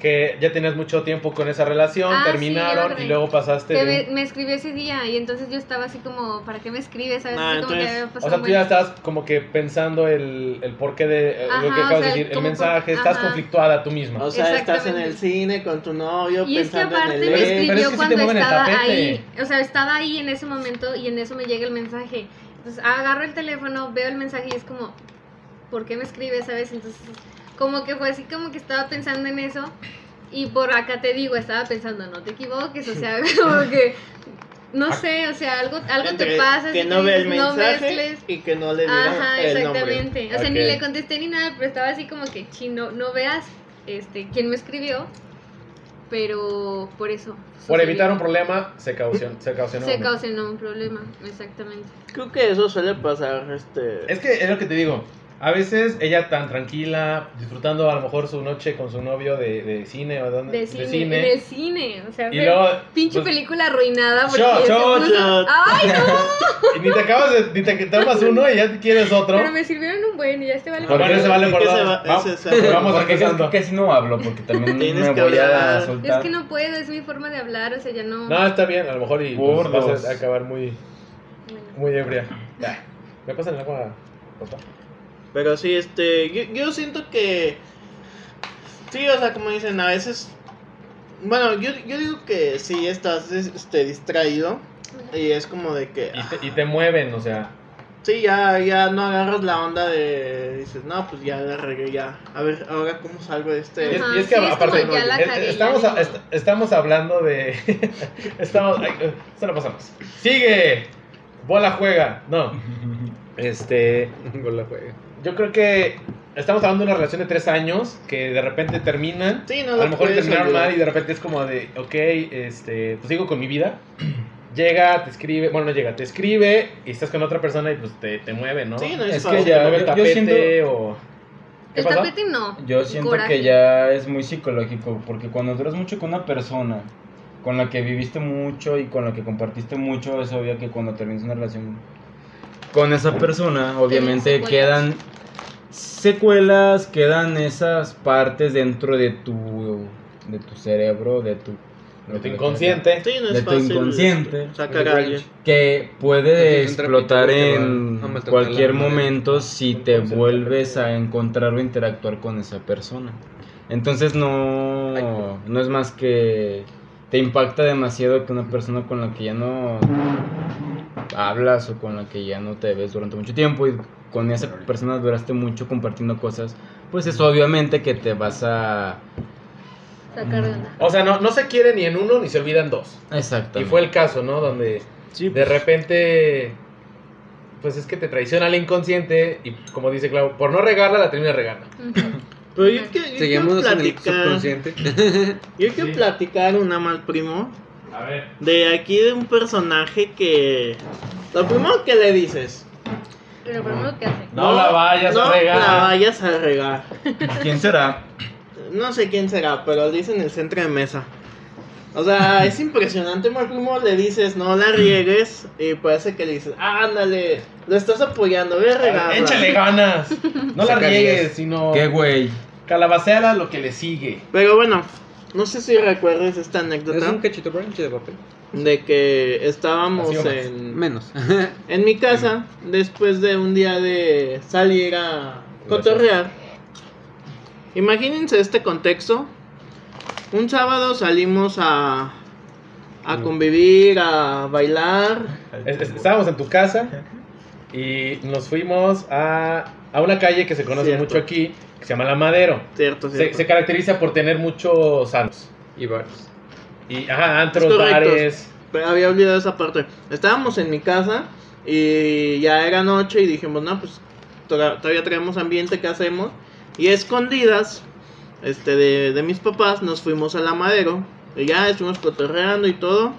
S1: que ya tenías mucho tiempo con esa relación,
S2: Ah, sí, ya
S1: terminaron
S2: acordé.
S1: y luego pasaste.
S2: Que
S1: de-
S2: me, me escribió ese día y entonces yo estaba así como, ¿para qué me escribes? ¿Sabes?
S4: Ah,
S2: Así como que
S4: entonces-
S2: había
S1: O
S2: pasado
S1: sea, tú
S2: muy-
S1: ya estabas como que pensando el, el porqué de eh,
S2: Ajá,
S1: lo que
S2: o
S1: acabas de
S2: sea,
S1: decir, el
S2: como
S1: mensaje,
S2: por-
S1: estás
S2: ajá.
S1: conflictuada tú misma.
S4: O sea, estás en
S2: Exactamente.
S4: el cine con tu novio
S2: Y es que
S4: pensando
S2: aparte
S4: en el
S2: me
S1: Pero es que
S4: ex.
S1: sí
S2: escribió
S1: te
S2: cuando
S1: mueven el
S2: estaba
S1: tapete.
S2: ahí. O sea, estaba ahí en ese momento y en eso me llega el mensaje. Entonces agarro el teléfono, veo el mensaje y es como, ¿por qué me escribes? ¿Sabes? Entonces, como que fue así como que estaba pensando en eso. Y por acá te digo, estaba pensando, no te equivoques, o sea, [laughs] como que, no sé, o sea, algo, algo te
S4: Entre
S2: pasa.
S4: que
S2: si
S4: no
S2: te
S4: ve el
S2: dices, "No
S4: mensaje
S2: mezcles".
S4: y que no le diga
S2: Ajá,
S4: el nombre.
S2: exactamente. O sea, ni
S1: Ok.
S2: le contesté ni nada, pero estaba así como que chino, no veas este quién me escribió, pero por eso.
S1: Por
S2: sucedió.
S1: evitar un problema, se causionó. Se causionó.
S2: Se causó un problema, exactamente.
S4: Creo que eso suele pasar, este...
S1: Es que es lo que te digo. A veces ella tan tranquila, disfrutando a lo mejor su noche con su novio de, de cine o de, dónde-
S2: De
S1: de
S2: cine,
S1: cine.
S2: en el cine, o sea,
S1: Y
S2: fue
S1: luego.
S2: pinche
S1: pues,
S2: película arruinada porque
S1: Shot,
S2: se
S1: shot,
S2: puso-
S4: shot.
S2: Ay, no,
S1: y ni te acabas de. Ni te tomas uno y ya te quieres otro.
S2: pero me sirvieron un buen y ya este vale.
S1: Bueno,
S5: Porque-
S1: ese vale por
S4: que
S1: dos.
S4: se va-
S1: Va-
S4: ese se va-
S1: Vamos
S5: porque
S1: empezando.
S5: casi no hablo, porque también
S4: Tienes
S5: me
S4: que
S5: voy a
S4: hablar.
S5: soltar.
S2: Es
S1: [laughs]
S2: que no puedo, es mi forma de hablar, o sea, ya no.
S1: No, está bien, a lo mejor y pues,
S5: Por
S1: vas
S5: dos.
S1: a acabar muy,
S2: Bueno.
S1: muy ebria. Ya. ¿Me pasan el agua? por favor?
S4: Pero sí, este, yo, yo siento que... Sí, o sea, como dicen, a veces... Bueno, yo, yo digo que sí estás este, distraído y es como de que...
S1: Y te, y te mueven, o sea.
S4: Sí, ya, ya no agarras la onda de... Dices, no, pues ya la regué, ya. A ver, ahora cómo salgo de
S1: Y
S4: este...
S1: es,
S2: Ajá,
S1: y es que
S2: sí, es como
S1: aparte,
S2: ya la
S1: es-
S2: cagué,
S1: estamos,
S2: ya
S1: a-
S2: ni
S1: est- estamos hablando de. [laughs] estamos. ay, eh, se lo pasamos. ¡Sigue! Bola juega. No. Este.
S8: Con la juega.
S1: Yo creo que estamos hablando de una relación de tres años que de repente terminan.
S4: Sí, no
S1: A lo mejor
S4: puedes
S1: terminaron
S4: olvidar.
S1: mal y de repente es como de, ok, este, pues sigo con mi vida. [clears throat] Llega, te escribe, bueno, no llega, te escribe y estás con otra persona y pues te, te mueve, ¿no?
S4: Sí, no es,
S5: Es
S4: fácil.
S5: que
S1: Te
S5: ya,
S1: mueve el
S5: yo, yo
S1: tapete
S5: siento,
S1: o... ¿Qué
S2: El
S1: pasó?
S2: tapete no.
S5: yo siento
S2: coraje.
S5: que ya es muy psicológico, porque cuando duras mucho con una persona con la que viviste mucho y con la que compartiste mucho, es obvio que cuando terminas una relación con esa persona, obviamente
S2: secuelas.
S5: quedan secuelas, quedan esas partes dentro de tu, de tu cerebro, de tu,
S1: De tu inconsciente.
S4: Sí, no es
S5: de tu
S4: fácil,
S5: inconsciente.
S4: este, Sacar a alguien.
S5: que
S8: Entonces,
S5: puede
S8: un trapito
S5: explotar
S8: que va
S5: en
S8: a maltratar
S5: cualquier
S8: la madre.
S5: momento si te
S1: Entonces,
S5: vuelves a encontrar o interactuar con esa persona. Entonces no, no es más que te impacta demasiado que una persona con la que ya no hablas o con la que ya no te ves durante mucho tiempo y con esa persona duraste mucho compartiendo cosas, pues es obviamente que te vas a...
S2: Sacar de onda.
S1: O sea, no, no se quiere ni en uno ni se olvidan dos.
S5: Exacto.
S1: Y fue el caso, ¿no? Donde
S4: pues.
S1: de repente, pues es que te traiciona el inconsciente y como dice Clau, por no regarla la termina regando.
S2: Ujú.
S4: Pero yo, quiero- yo quiero
S8: Seguimos en el
S4: platicar...
S8: subconsciente.
S4: Yo quiero
S1: Sí.
S4: platicar una mal primo
S1: A ver.
S4: de aquí de un personaje que lo primero que le dices
S2: Lo primero que hace.
S1: No la vayas a
S4: no
S1: regar.
S4: la
S1: [laughs]
S4: vayas a regar.
S5: ¿Quién será?
S4: No sé quién será, pero lo dice en el centro de mesa. O
S1: [laughs]
S4: sea, es impresionante, mal primo le dices no la riegues y parece que le dices, ándale, lo estás apoyando, ve a regarla.
S1: Échale ganas. No la
S8: Saca
S1: riegues,
S8: diez.
S1: sino
S5: ¿Qué güey?
S1: calabacera lo que le sigue.
S4: Pero bueno, no sé si recuerdes esta
S8: ¿Es
S4: anécdota
S8: un cachito brunch de papel?
S4: de que estábamos
S1: Así o más.
S4: en
S8: Menos.
S4: En mi casa, después de un día de salir a cotorrear, imagínense este contexto. Un sábado salimos a, a convivir, a bailar.
S1: Es- es- Estábamos en tu casa y nos fuimos a, a una calle que se conoce
S4: Cierto.
S1: mucho aquí, que se llama La Madero.
S4: Cierto,
S1: Se,
S4: cierto.
S1: se caracteriza por tener muchos antros.
S8: y varios.
S1: Y, ajá, antros,
S4: Es correcto.
S1: bares.
S4: Pero había olvidado esa parte. Estábamos en mi casa y ya era noche y dijimos, no, pues toda- todavía traemos ambiente que hacemos. Y a escondidas, este, de, de mis papás, nos fuimos al amadero. Y ya estuvimos cotorreando y todo.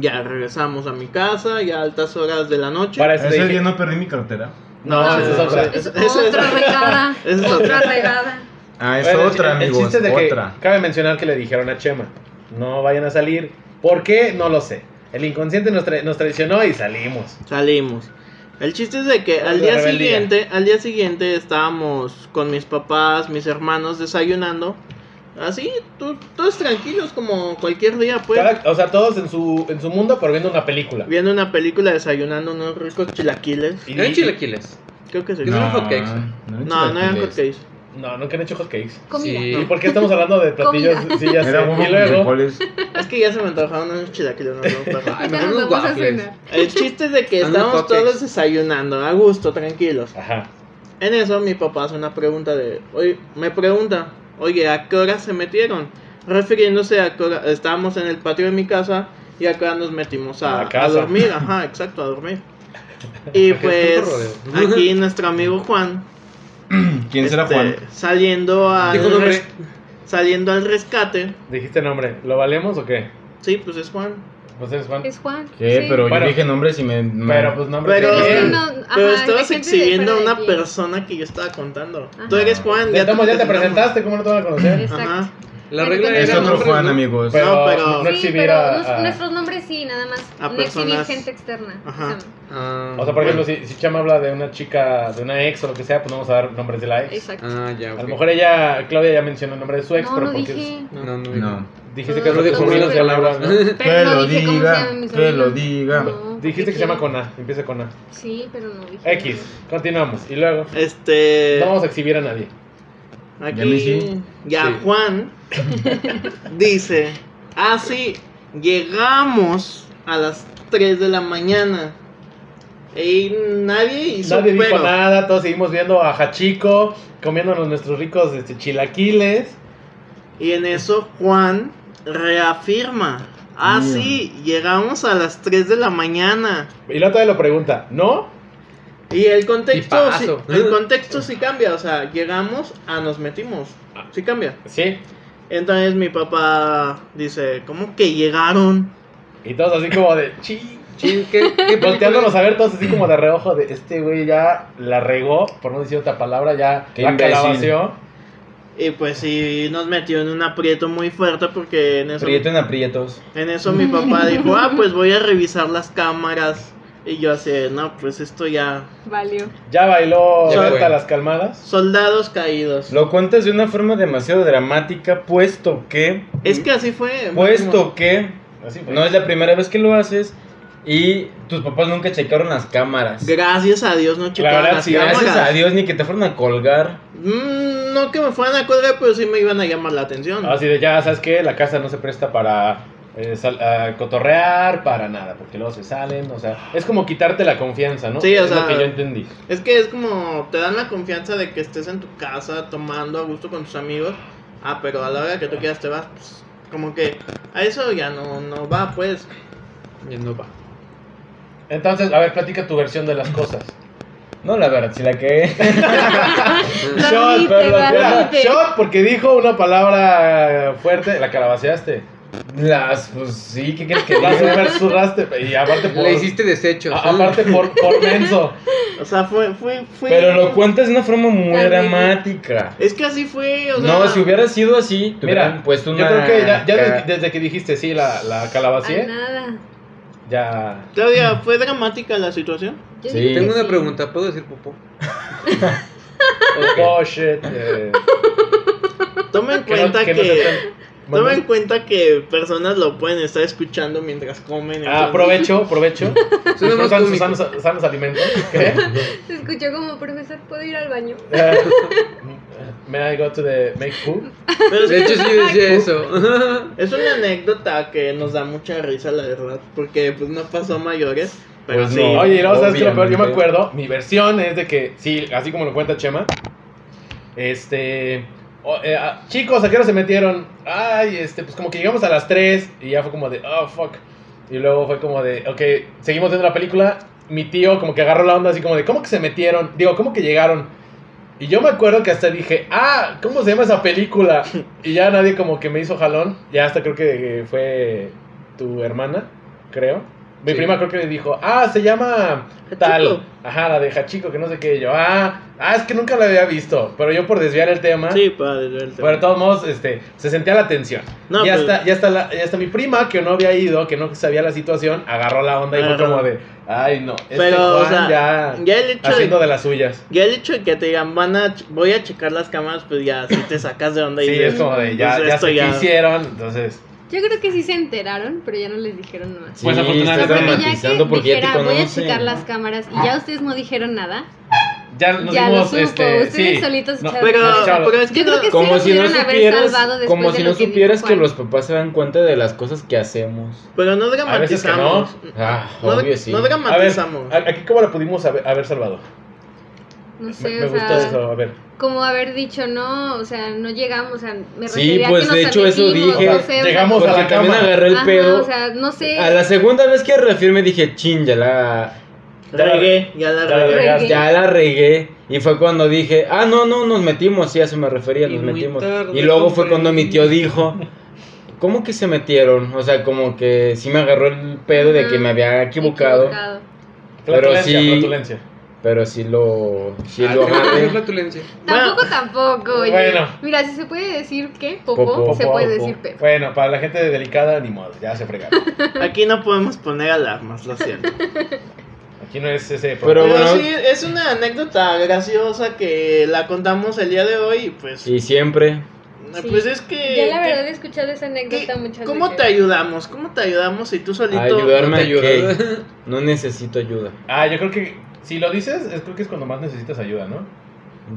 S4: Ya regresamos a mi casa, ya a altas horas de la noche.
S1: Para eso
S7: Ese
S1: te
S7: día
S1: dije-
S7: no perdí mi cartera.
S4: No,
S2: No,
S1: esa es
S4: no,
S1: otra.
S4: no,
S2: Ah, Es
S4: esa- esa es-
S2: otra
S1: [laughs]
S2: regada.
S4: esa
S2: [laughs]
S4: es
S2: otra
S4: otra.
S2: regada.
S7: Ah, es
S1: Bueno, el chi-
S7: otra,
S1: el
S7: amigos.
S1: chiste es de que
S7: otra.
S1: cabe mencionar que le dijeron a Chema, no vayan a salir. ¿Por qué? No lo sé. El inconsciente nos, tra- nos traicionó y salimos.
S4: Salimos. El chiste es de que al
S1: La
S4: día
S1: rebeldía.
S4: siguiente, al día siguiente estábamos con mis papás, mis hermanos desayunando. Así, tú- todos tranquilos como cualquier día, pues.
S1: Cada- o sea, todos en su, en su mundo, pero viendo una película.
S4: Viendo una película desayunando unos ricos chilaquiles.
S1: Y-
S3: Eran
S1: y-
S3: chilaquiles.
S4: Creo que se
S3: No,
S4: llaman.
S3: eran hotcakes.
S4: No, no eran
S7: chilaquiles.
S4: hotcakes.
S1: No, nunca han hecho hotcakes.
S2: Comida.
S3: Sí.
S1: ¿Y por qué estamos hablando de platillos? Sí, ya sé.
S7: Era huevo
S1: Y
S7: con
S1: luego,
S7: frijoles.
S4: Es que ya se me antojaron unos chilaquiles. No, no, perdón.
S1: [laughs]
S3: Ay,
S2: Ahorita
S3: mejor
S2: nos
S3: unos
S2: vamos a
S3: waffles.
S2: cenar.
S4: El chiste es de que
S3: Unos
S4: estábamos
S3: hotcakes.
S4: todos desayunando, a gusto, tranquilos.
S1: ajá.
S4: En eso mi papá hace una pregunta de, oye, me pregunta, oye, ¿a qué hora se metieron? Refiriéndose a que estábamos en el patio de mi casa y acá nos metimos
S1: A
S4: a,
S1: la casa.
S4: a dormir, ajá, exacto, a dormir. Y pues
S3: rodeo.
S4: aquí nuestro amigo Juan,
S7: ¿Quién será
S4: este,
S7: Juan?
S4: saliendo al
S3: Dijo un hombre.
S4: res- saliendo al rescate,
S1: Dijiste nombre. ¿Lo valemos o qué?
S4: sí, pues es Juan.
S1: Pues eres Juan.
S2: Es Juan.
S7: ¿Qué?
S2: sí.
S7: Pero
S1: Bueno.
S7: yo dije nombres y me. me-
S1: Pero pues nombre.
S4: Pero-
S1: tiene.
S2: Es que
S4: él.
S2: no- ajá,
S4: Pero
S2: la
S4: estabas
S2: gente de
S4: exhibiendo a
S2: fuera de
S4: una
S2: ti.
S4: persona que yo estaba contando. Tú
S2: Ajá.
S4: eres Juan,
S1: Ya, estamos- ya
S4: presentamos.
S1: te presentaste, ¿cómo no te van a conocer?
S2: Exacto.
S4: Ajá.
S3: La
S2: Pero
S3: regla
S2: también-
S7: Es
S3: era
S7: otro
S3: nombres,
S7: Juan,
S3: ¿no?
S7: amigos.
S1: Pero no,
S4: No, pero-
S2: Sí,
S1: no exhibir
S2: pero
S1: a-
S2: nos-
S1: a-
S2: nuestros nombres sí, nada más.
S4: A
S2: no exhibir
S4: personas-
S2: gente externa.
S4: Ajá.
S2: o sea,
S3: Ah,
S1: O sea, por ejemplo, si, si Chama habla de una chica, de una ex o lo que sea, pues no vamos a dar nombres de la ex.
S2: Exacto.
S3: Ah, ya.
S1: A
S3: ok.
S1: lo mejor ella, Claudia ya mencionó el nombre de su ex,
S2: no,
S1: pero
S2: no
S1: porque
S2: dije.
S3: No, no.
S7: No.
S1: dijiste que
S2: No,
S1: es
S3: Pero
S2: no,
S1: de
S3: dijo
S2: no,
S1: Juan
S3: muy
S1: y
S3: las
S1: las palabras, ¿no?
S3: palabras.
S2: Pero
S7: Que
S2: no
S7: lo
S2: dije cómo se
S7: diga,
S2: llama mi
S7: que
S2: sobrino.
S7: lo diga.
S2: No,
S1: Dijiste que se
S2: dije-
S1: llama Cona, empieza con A.
S2: Sí, pero no dije.
S1: X, continuamos. Y luego,
S4: Este.
S1: no vamos a exhibir a nadie.
S4: Aquí
S7: Ya me sí.
S4: ya
S3: Sí.
S4: Juan dice, así llegamos a las 3 de la mañana y nadie hizo
S1: Nadie dijo
S4: pero.
S1: nada, todos seguimos viendo a Hachico, comiéndonos nuestros ricos este, chilaquiles.
S4: Y en eso Juan reafirma, así llegamos a las 3 de la mañana.
S1: Y la otra lo pregunta, ¿no?
S4: Y el contexto, sí,
S3: Tipazo.
S4: el contexto sí cambia, o sea, llegamos a nos metimos, sí cambia.
S1: Sí.
S4: Entonces mi papá dice, ¿cómo que llegaron?
S1: Y todos así como de, chi,
S3: Chin, ¿Qué, qué
S1: Volteándonos
S3: película?
S1: a ver todos así como de reojo de este güey ya la regó, por no decir otra palabra, ya
S7: Qué
S1: la
S7: imbécil.
S1: calabació.
S4: Y pues sí, nos metió en un aprieto muy fuerte porque en eso,
S7: Prieto en aprietos.
S4: en eso mi papá dijo, ah, pues voy a revisar las cámaras. Y yo así, de, no, pues esto ya...
S2: Valió.
S1: Ya bailó
S3: Ya
S1: Beta
S3: fue.
S1: las calmadas.
S4: Soldados caídos.
S7: Lo cuentas de una forma demasiado dramática, puesto que.
S4: Es que así fue.
S7: Puesto que.
S1: Así fue.
S7: No es la primera vez que lo haces. Y tus papás nunca checaron las cámaras.
S4: Gracias a Dios no checaron
S1: verdad,
S4: las
S1: sí,
S4: cámaras.
S7: Gracias a Dios, ni que te fueron a colgar.
S4: Mm, no que me fueran a colgar, pero sí me iban a llamar la atención.
S1: Así de ya, ¿sabes qué? La casa no se presta para eh, sal- a cotorrear, para nada, porque luego se salen, o sea, es como quitarte la confianza, ¿no?
S4: Sí, o
S1: es lo
S4: sea-
S1: que yo entendí.
S4: Es que es como, te dan la confianza de que estés en tu casa tomando a gusto con tus amigos. Ah, pero a la hora que tú quieras te vas. pues, como que a eso ya no, no va, pues.
S3: Ya no va.
S1: Entonces, a ver, platica tu versión de las cosas.
S7: No, la verdad, si la que.
S1: Shot,
S2: Perdiste,
S1: pero- Mira,
S2: perdiste.
S1: shot, porque dijo una palabra fuerte, la calabaceaste.
S7: Las, pues sí, ¿qué quieres que
S1: La
S7: diga?
S1: super zurraste, y aparte por...
S3: Le hiciste desechos.
S1: a-
S3: ¿eh?
S1: aparte por, por menso.
S4: O sea, fue, fue, fue.
S7: Pero lo cuentas de una forma muy
S2: Terrible.
S7: dramática.
S4: Es que así fue, o sea.
S7: No, si hubiera sido así, te
S1: Mira,
S7: hubieran puesto una.
S1: Yo creo que ya, ya
S7: ca-
S1: desde, desde que dijiste, sí, la, la
S2: A
S1: calabacié,
S2: nada.
S1: ya...
S4: Claudia, ¿fue dramática la situación?
S2: Yo
S7: Sí.
S2: dije que
S3: Tengo una
S2: sí.
S3: pregunta, ¿puedo decir popó?
S1: Oh, shit. eh,
S4: Toma en
S1: que no-
S4: cuenta
S1: que
S4: que.
S1: no se estén-
S4: Toma en cuenta que personas lo pueden estar escuchando mientras comen. entonces-
S1: Ah, aprovecho,
S4: [laughs]
S1: aprovecho.
S3: Suena más
S1: Disfrutan sus
S3: cómico.
S1: sanos, sanos alimentos. ¿Qué?
S2: Se escuchó como, profesor, ¿puedo ir al baño?
S1: Eh, may I go to the make food?
S4: Pero es
S3: De
S4: que
S3: hecho, sí decía eso.
S4: es una anécdota que nos da mucha risa, la verdad. Porque pues no pasó a mayores. Pero
S7: Pues
S4: sí.
S7: no.
S1: Oye, y luego sabes que lo peor, yo me
S7: Obviamente.
S1: acuerdo, mi versión es de que, sí, así como lo cuenta Chema, este... o- eh, ah, chicos, ¿a qué hora se metieron? Ay, este, pues como que llegamos a las 3 y ya fue como de, oh, fuck. Y luego fue como de, ok, seguimos viendo la película, mi tío como que agarró la onda así como de, ¿cómo que se metieron? Digo, ¿cómo que llegaron? Y yo me acuerdo que hasta dije, ah, ¿cómo se llama esa película? Y ya nadie como que me hizo jalón. Ya hasta creo que fue tu hermana, creo. Mi
S7: Sí.
S1: prima creo que le dijo, ah, se llama tal.
S4: Hachiko.
S1: Ajá, la de Hachiko, que no sé qué. Y yo, ah, ah, es que nunca la había visto. Pero yo por desviar el tema.
S4: Sí, para desverte.
S1: Pero de todos modos, este, se sentía la tensión.
S4: No,
S1: y
S4: pues-
S1: hasta, y hasta, la- y hasta mi prima, que no había ido, que no sabía la situación, agarró la onda y fue
S4: Agarró.
S1: como de, ay no, este
S4: Pero, o
S1: Juan
S4: sea,
S1: ya
S4: ya el hecho de,
S1: haciendo de las suyas.
S4: ya el hecho de que te digan, van a, ch- voy a checar las cámaras, pues ya, si te sacas de onda. y
S1: Sí,
S4: dices,
S1: es como de, ya,
S4: pues
S1: ya
S4: esto
S1: sé qué hicieron, entonces...
S2: Yo creo que sí se enteraron, pero ya no les dijeron nada.
S1: Pues,
S5: Sí,
S1: afortunadamente-
S5: estás
S2: Pero porque ya que
S5: dramatizando porque ya
S2: dijera,
S5: te
S2: voy a
S5: conocen.
S2: checar las cámaras y ya ustedes no dijeron nada,
S1: Ya nos
S2: ya lo
S1: dimos,
S2: supo.
S1: este,
S2: ustedes
S1: sí.
S2: solitos
S1: No,
S2: echaron-
S4: Pero,
S1: No, chavo.
S4: pero es que,
S2: Yo creo
S4: no-
S2: que sí
S5: Como
S2: lo
S5: si no
S2: pudieron haber
S5: supieras,
S2: salvado después
S5: como
S2: de
S5: si
S2: lo
S5: no
S2: que dijo
S5: supieras que
S2: Juan.
S5: los papás se dan cuenta de las cosas que hacemos.
S4: pero no
S1: A veces que no.
S4: dramatizamos.
S5: Ah,
S4: No,
S5: obvio sí.
S4: no
S1: A ver,
S4: dramatizamos.
S1: a- aquí cómo la pudimos haber, haber salvado.
S2: No
S1: Me,
S2: sé,
S1: me
S2: o
S1: gusta
S2: sea,
S1: eso, a ver.
S2: como haber dicho no, o sea, no llegamos, o sea, me
S5: Sí,
S2: refería
S5: pues,
S2: a que
S5: de
S2: nos
S5: hecho, eso
S2: admitimos,
S5: dije.
S2: no sé, o sea,
S1: Llegamos
S5: Porque
S1: a la
S5: también
S1: cama.
S5: agarré el
S2: ajá,
S5: pedo.
S2: o sea, no sé.
S5: a la segunda vez que reafirmé dije, chin, ya la,
S4: La regué, ya la
S1: Ya la
S4: regué.
S2: regué.
S5: ya la regué. Y fue cuando dije, ah, no, no, nos metimos. Sí, a eso me refería,
S7: Y
S5: nos
S7: muy
S5: metimos.
S7: tarde
S5: Y luego fue
S7: comprendí.
S5: cuando mi tío dijo, ¿cómo que se metieron? O sea, como que sí me agarró el pedo de que
S2: Ajá,
S5: me había equivocado. Pero
S1: Flatulencia,
S5: sí-
S1: flatulencia.
S5: Pero sí lo, sí
S7: Ah,
S5: lo
S7: creo que es
S5: agarré.
S7: flatulencia.
S2: Tampoco, tampoco, oye.
S1: Bueno.
S2: Mira, si se puede decir que popó,
S5: Popó,
S2: se
S1: Popó,
S2: puede
S1: popó.
S2: decir pedo.
S1: Bueno, para la gente delicada, ni modo, ya se fregaron.
S2: [laughs]
S4: Aquí no podemos poner alarmas, lo [laughs] siento.
S1: Aquí no es ese...
S5: Pero
S4: Pero,
S5: bueno.
S4: sí, es una anécdota graciosa que la contamos el día de hoy y pues,
S5: Y siempre.
S4: pues
S2: Sí.
S4: es que...
S2: Ya la verdad he escuchado esa
S4: ¿qué-
S2: anécdota muchas
S4: ¿Cómo te
S2: veces.
S4: ayudamos? ¿Cómo te ayudamos si tú solito...
S5: A ayudarme
S7: te
S5: a
S7: ayuda.
S5: qué? No necesito ayuda.
S1: Ah, yo creo que si lo dices, es, creo que es cuando más necesitas ayuda, ¿no?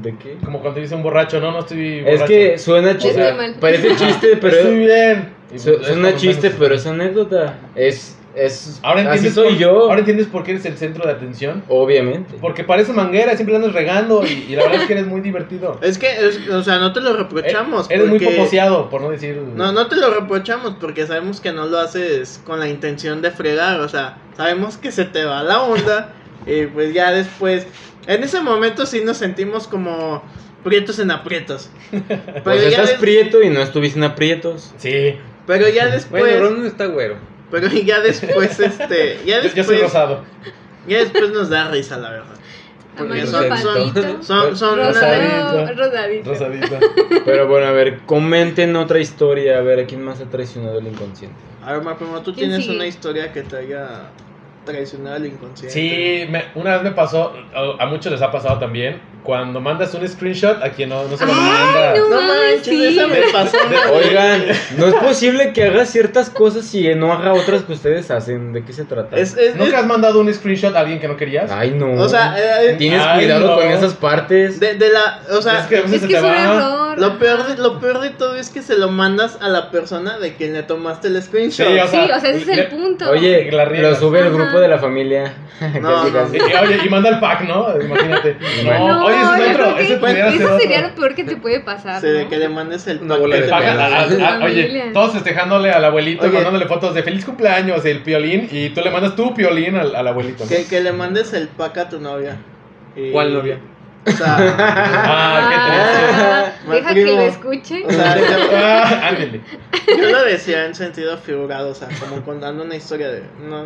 S5: ¿De qué?
S1: Como cuando dice un borracho, no, no estoy
S5: Es
S1: borracho.
S5: que suena
S2: Estoy
S5: chiste.
S2: mal.
S7: [laughs]
S5: Parece chiste,
S1: estoy
S5: pero.
S1: bien. Y
S5: su-
S1: pues, es
S5: Suena
S1: cuando
S5: chiste,
S1: menos-
S5: pero es anécdota. Es. es
S1: Ahora
S5: así
S1: entiendes,
S5: soy
S1: por-
S5: yo.
S1: Ahora entiendes por qué eres el centro de atención.
S5: Obviamente.
S1: Porque parece manguera, siempre andas regando y, y la verdad es que eres muy divertido.
S4: Es que, es- o sea, no te lo reprochamos.
S1: eres muy
S4: porque-
S1: poposeado, por no decir.
S4: No, no te lo reprochamos porque sabemos que no lo haces con la intención de fregar, o sea, sabemos que se te va la onda y pues ya después, en ese momento sí nos sentimos como prietos en aprietos. Pero,
S5: Pues
S4: ya,
S5: estás
S4: des-
S5: prieto y no estuviste en aprietos.
S1: Sí,
S4: pero ya después,
S7: Bueno, Ron no está güero.
S4: pero ya después, este, ya
S1: yo, yo soy
S4: después,
S1: rosado.
S4: ya después nos da risa la verdad.
S2: Amarillo,
S4: Porque
S7: son-
S2: palito,
S1: Pues,
S4: Son, son una de-
S2: rosado,
S1: Rosadito.
S2: rosadito.
S1: Rosadito.
S5: [laughs] Pero bueno, a ver, comenten otra historia. A ver, ¿a quién más ha traicionado el inconsciente?
S4: A ver, Marpemo, tú
S2: ¿Quién
S4: tienes
S2: sigue?
S4: una historia que te haya traicionado al inconsciente.
S1: Sí, me- una vez me pasó, a, a muchos les ha pasado también, cuando mandas un screenshot a quien no, no se lo manda.
S2: no.
S4: No manches,
S2: Sí.
S4: esa me pasó.
S1: [laughs]
S4: una vez.
S5: Oigan, no es posible que haga ciertas cosas y no haga otras que ustedes hacen. ¿De qué se trata?
S4: Es- es-
S1: ¿Nunca has mandado un screenshot a alguien que no querías?
S5: Ay, no.
S4: O sea, eh,
S5: Tienes
S1: Ay,
S5: cuidado
S1: no.
S5: con esas partes.
S4: de, de la, o sea,
S1: es que a veces
S2: Es
S1: se
S2: que
S1: te
S2: es un
S1: va.
S2: error.
S4: lo peor de, lo peor de todo es que se lo mandas a la persona de quien le tomaste el screenshot.
S1: Sí, o
S2: Sí, o sea, ese es
S1: Le-
S2: el punto.
S5: Oye,
S1: La
S5: lo
S1: riegas.
S5: sube el
S2: Ajá.
S5: grupo de la familia. [laughs]
S4: No, no,
S1: Y- y- oye, y manda el pack, ¿no? Imagínate. No,
S5: No,
S1: oye, ese
S2: yo
S1: es
S2: creo
S1: otro.
S2: que
S1: Ese pudiera ser
S2: eso
S1: otro.
S2: sería lo peor que te puede pasar.
S4: Sí, de
S2: ¿no?
S4: que le mandes el
S7: Una bola
S1: El
S4: paquete.
S7: de
S1: pack a- a- a-
S2: Familia.
S1: oye, todos festejándole al abuelito,
S4: Oye.
S1: mandándole fotos de feliz cumpleaños, el piolín, y tú le mandas tu piolín al, al abuelito. ¿no?
S4: que, que le mandes el pack a tu novia. Y-
S7: ¿Cuál novia?
S4: O
S1: [laughs]
S4: sea,
S1: Ah,
S2: Ah,
S4: qué triste.
S2: Deja
S4: Mal
S2: que
S4: primo.
S2: lo escuche.
S4: o sea,
S1: qué triste. Ah, [laughs] ándele.
S4: yo, yo lo decía en sentido figurado, o sea, como contando una historia de... No,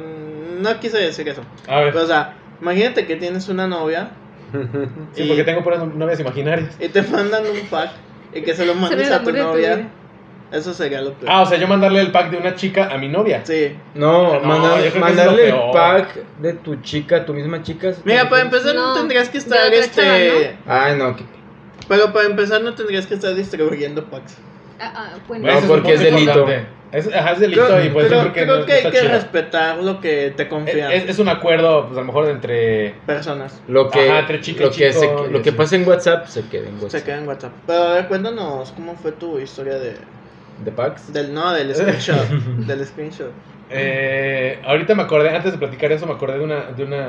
S4: no quise decir eso.
S1: A ver,
S4: Pero, o sea, imagínate que tienes una novia
S1: [laughs] sí,
S4: y-
S1: porque tengo puras novias imaginarias.
S4: y te mandan un pack y que se lo
S2: Solo
S4: mandes
S2: el
S4: a tu
S2: amor de tu
S4: novia.
S2: vida.
S4: Eso sería lo peor.
S1: Ah, o sea, yo mandarle el pack de una chica a mi novia.
S4: Sí.
S5: No,
S1: No,
S5: mandar-
S1: yo creo que
S5: mandarle
S1: es lo
S5: el
S1: peor.
S5: pack de tu chica, tu misma chica. ¿sí?
S4: Mira, para empezar no,
S2: No,
S4: tendrías que
S2: de
S4: estar
S2: otra
S4: este.
S2: chava,
S5: Ay, no, que-
S4: Pero para empezar no tendrías que estar distribuyendo packs.
S2: Ah, ah, bueno.
S5: No,
S1: Ese
S5: porque
S1: punto
S5: es delito.
S1: importante. Es, ajá, es delito y pues yo
S4: creo,
S1: creo que
S4: creo
S1: no-
S4: que
S1: no
S4: hay
S1: está
S4: que
S1: chido.
S4: respetar lo que te confían
S1: Es, es un acuerdo, pues a lo mejor entre.
S4: personas.
S5: lo que,
S1: Ajá, entre chica y
S5: lo que,
S1: chico,
S5: se-
S1: y
S5: lo que
S1: así.
S5: pasa en WhatsApp se queda en
S4: Se
S5: WhatsApp.
S4: queda en WhatsApp. Pero a ver, cuéntanos cómo fue tu historia de
S5: ¿De packs?
S4: del no del
S1: [laughs]
S4: screenshot, del screenshot.
S1: Eh, ahorita me acordé, antes de platicar eso, me acordé de una, de una,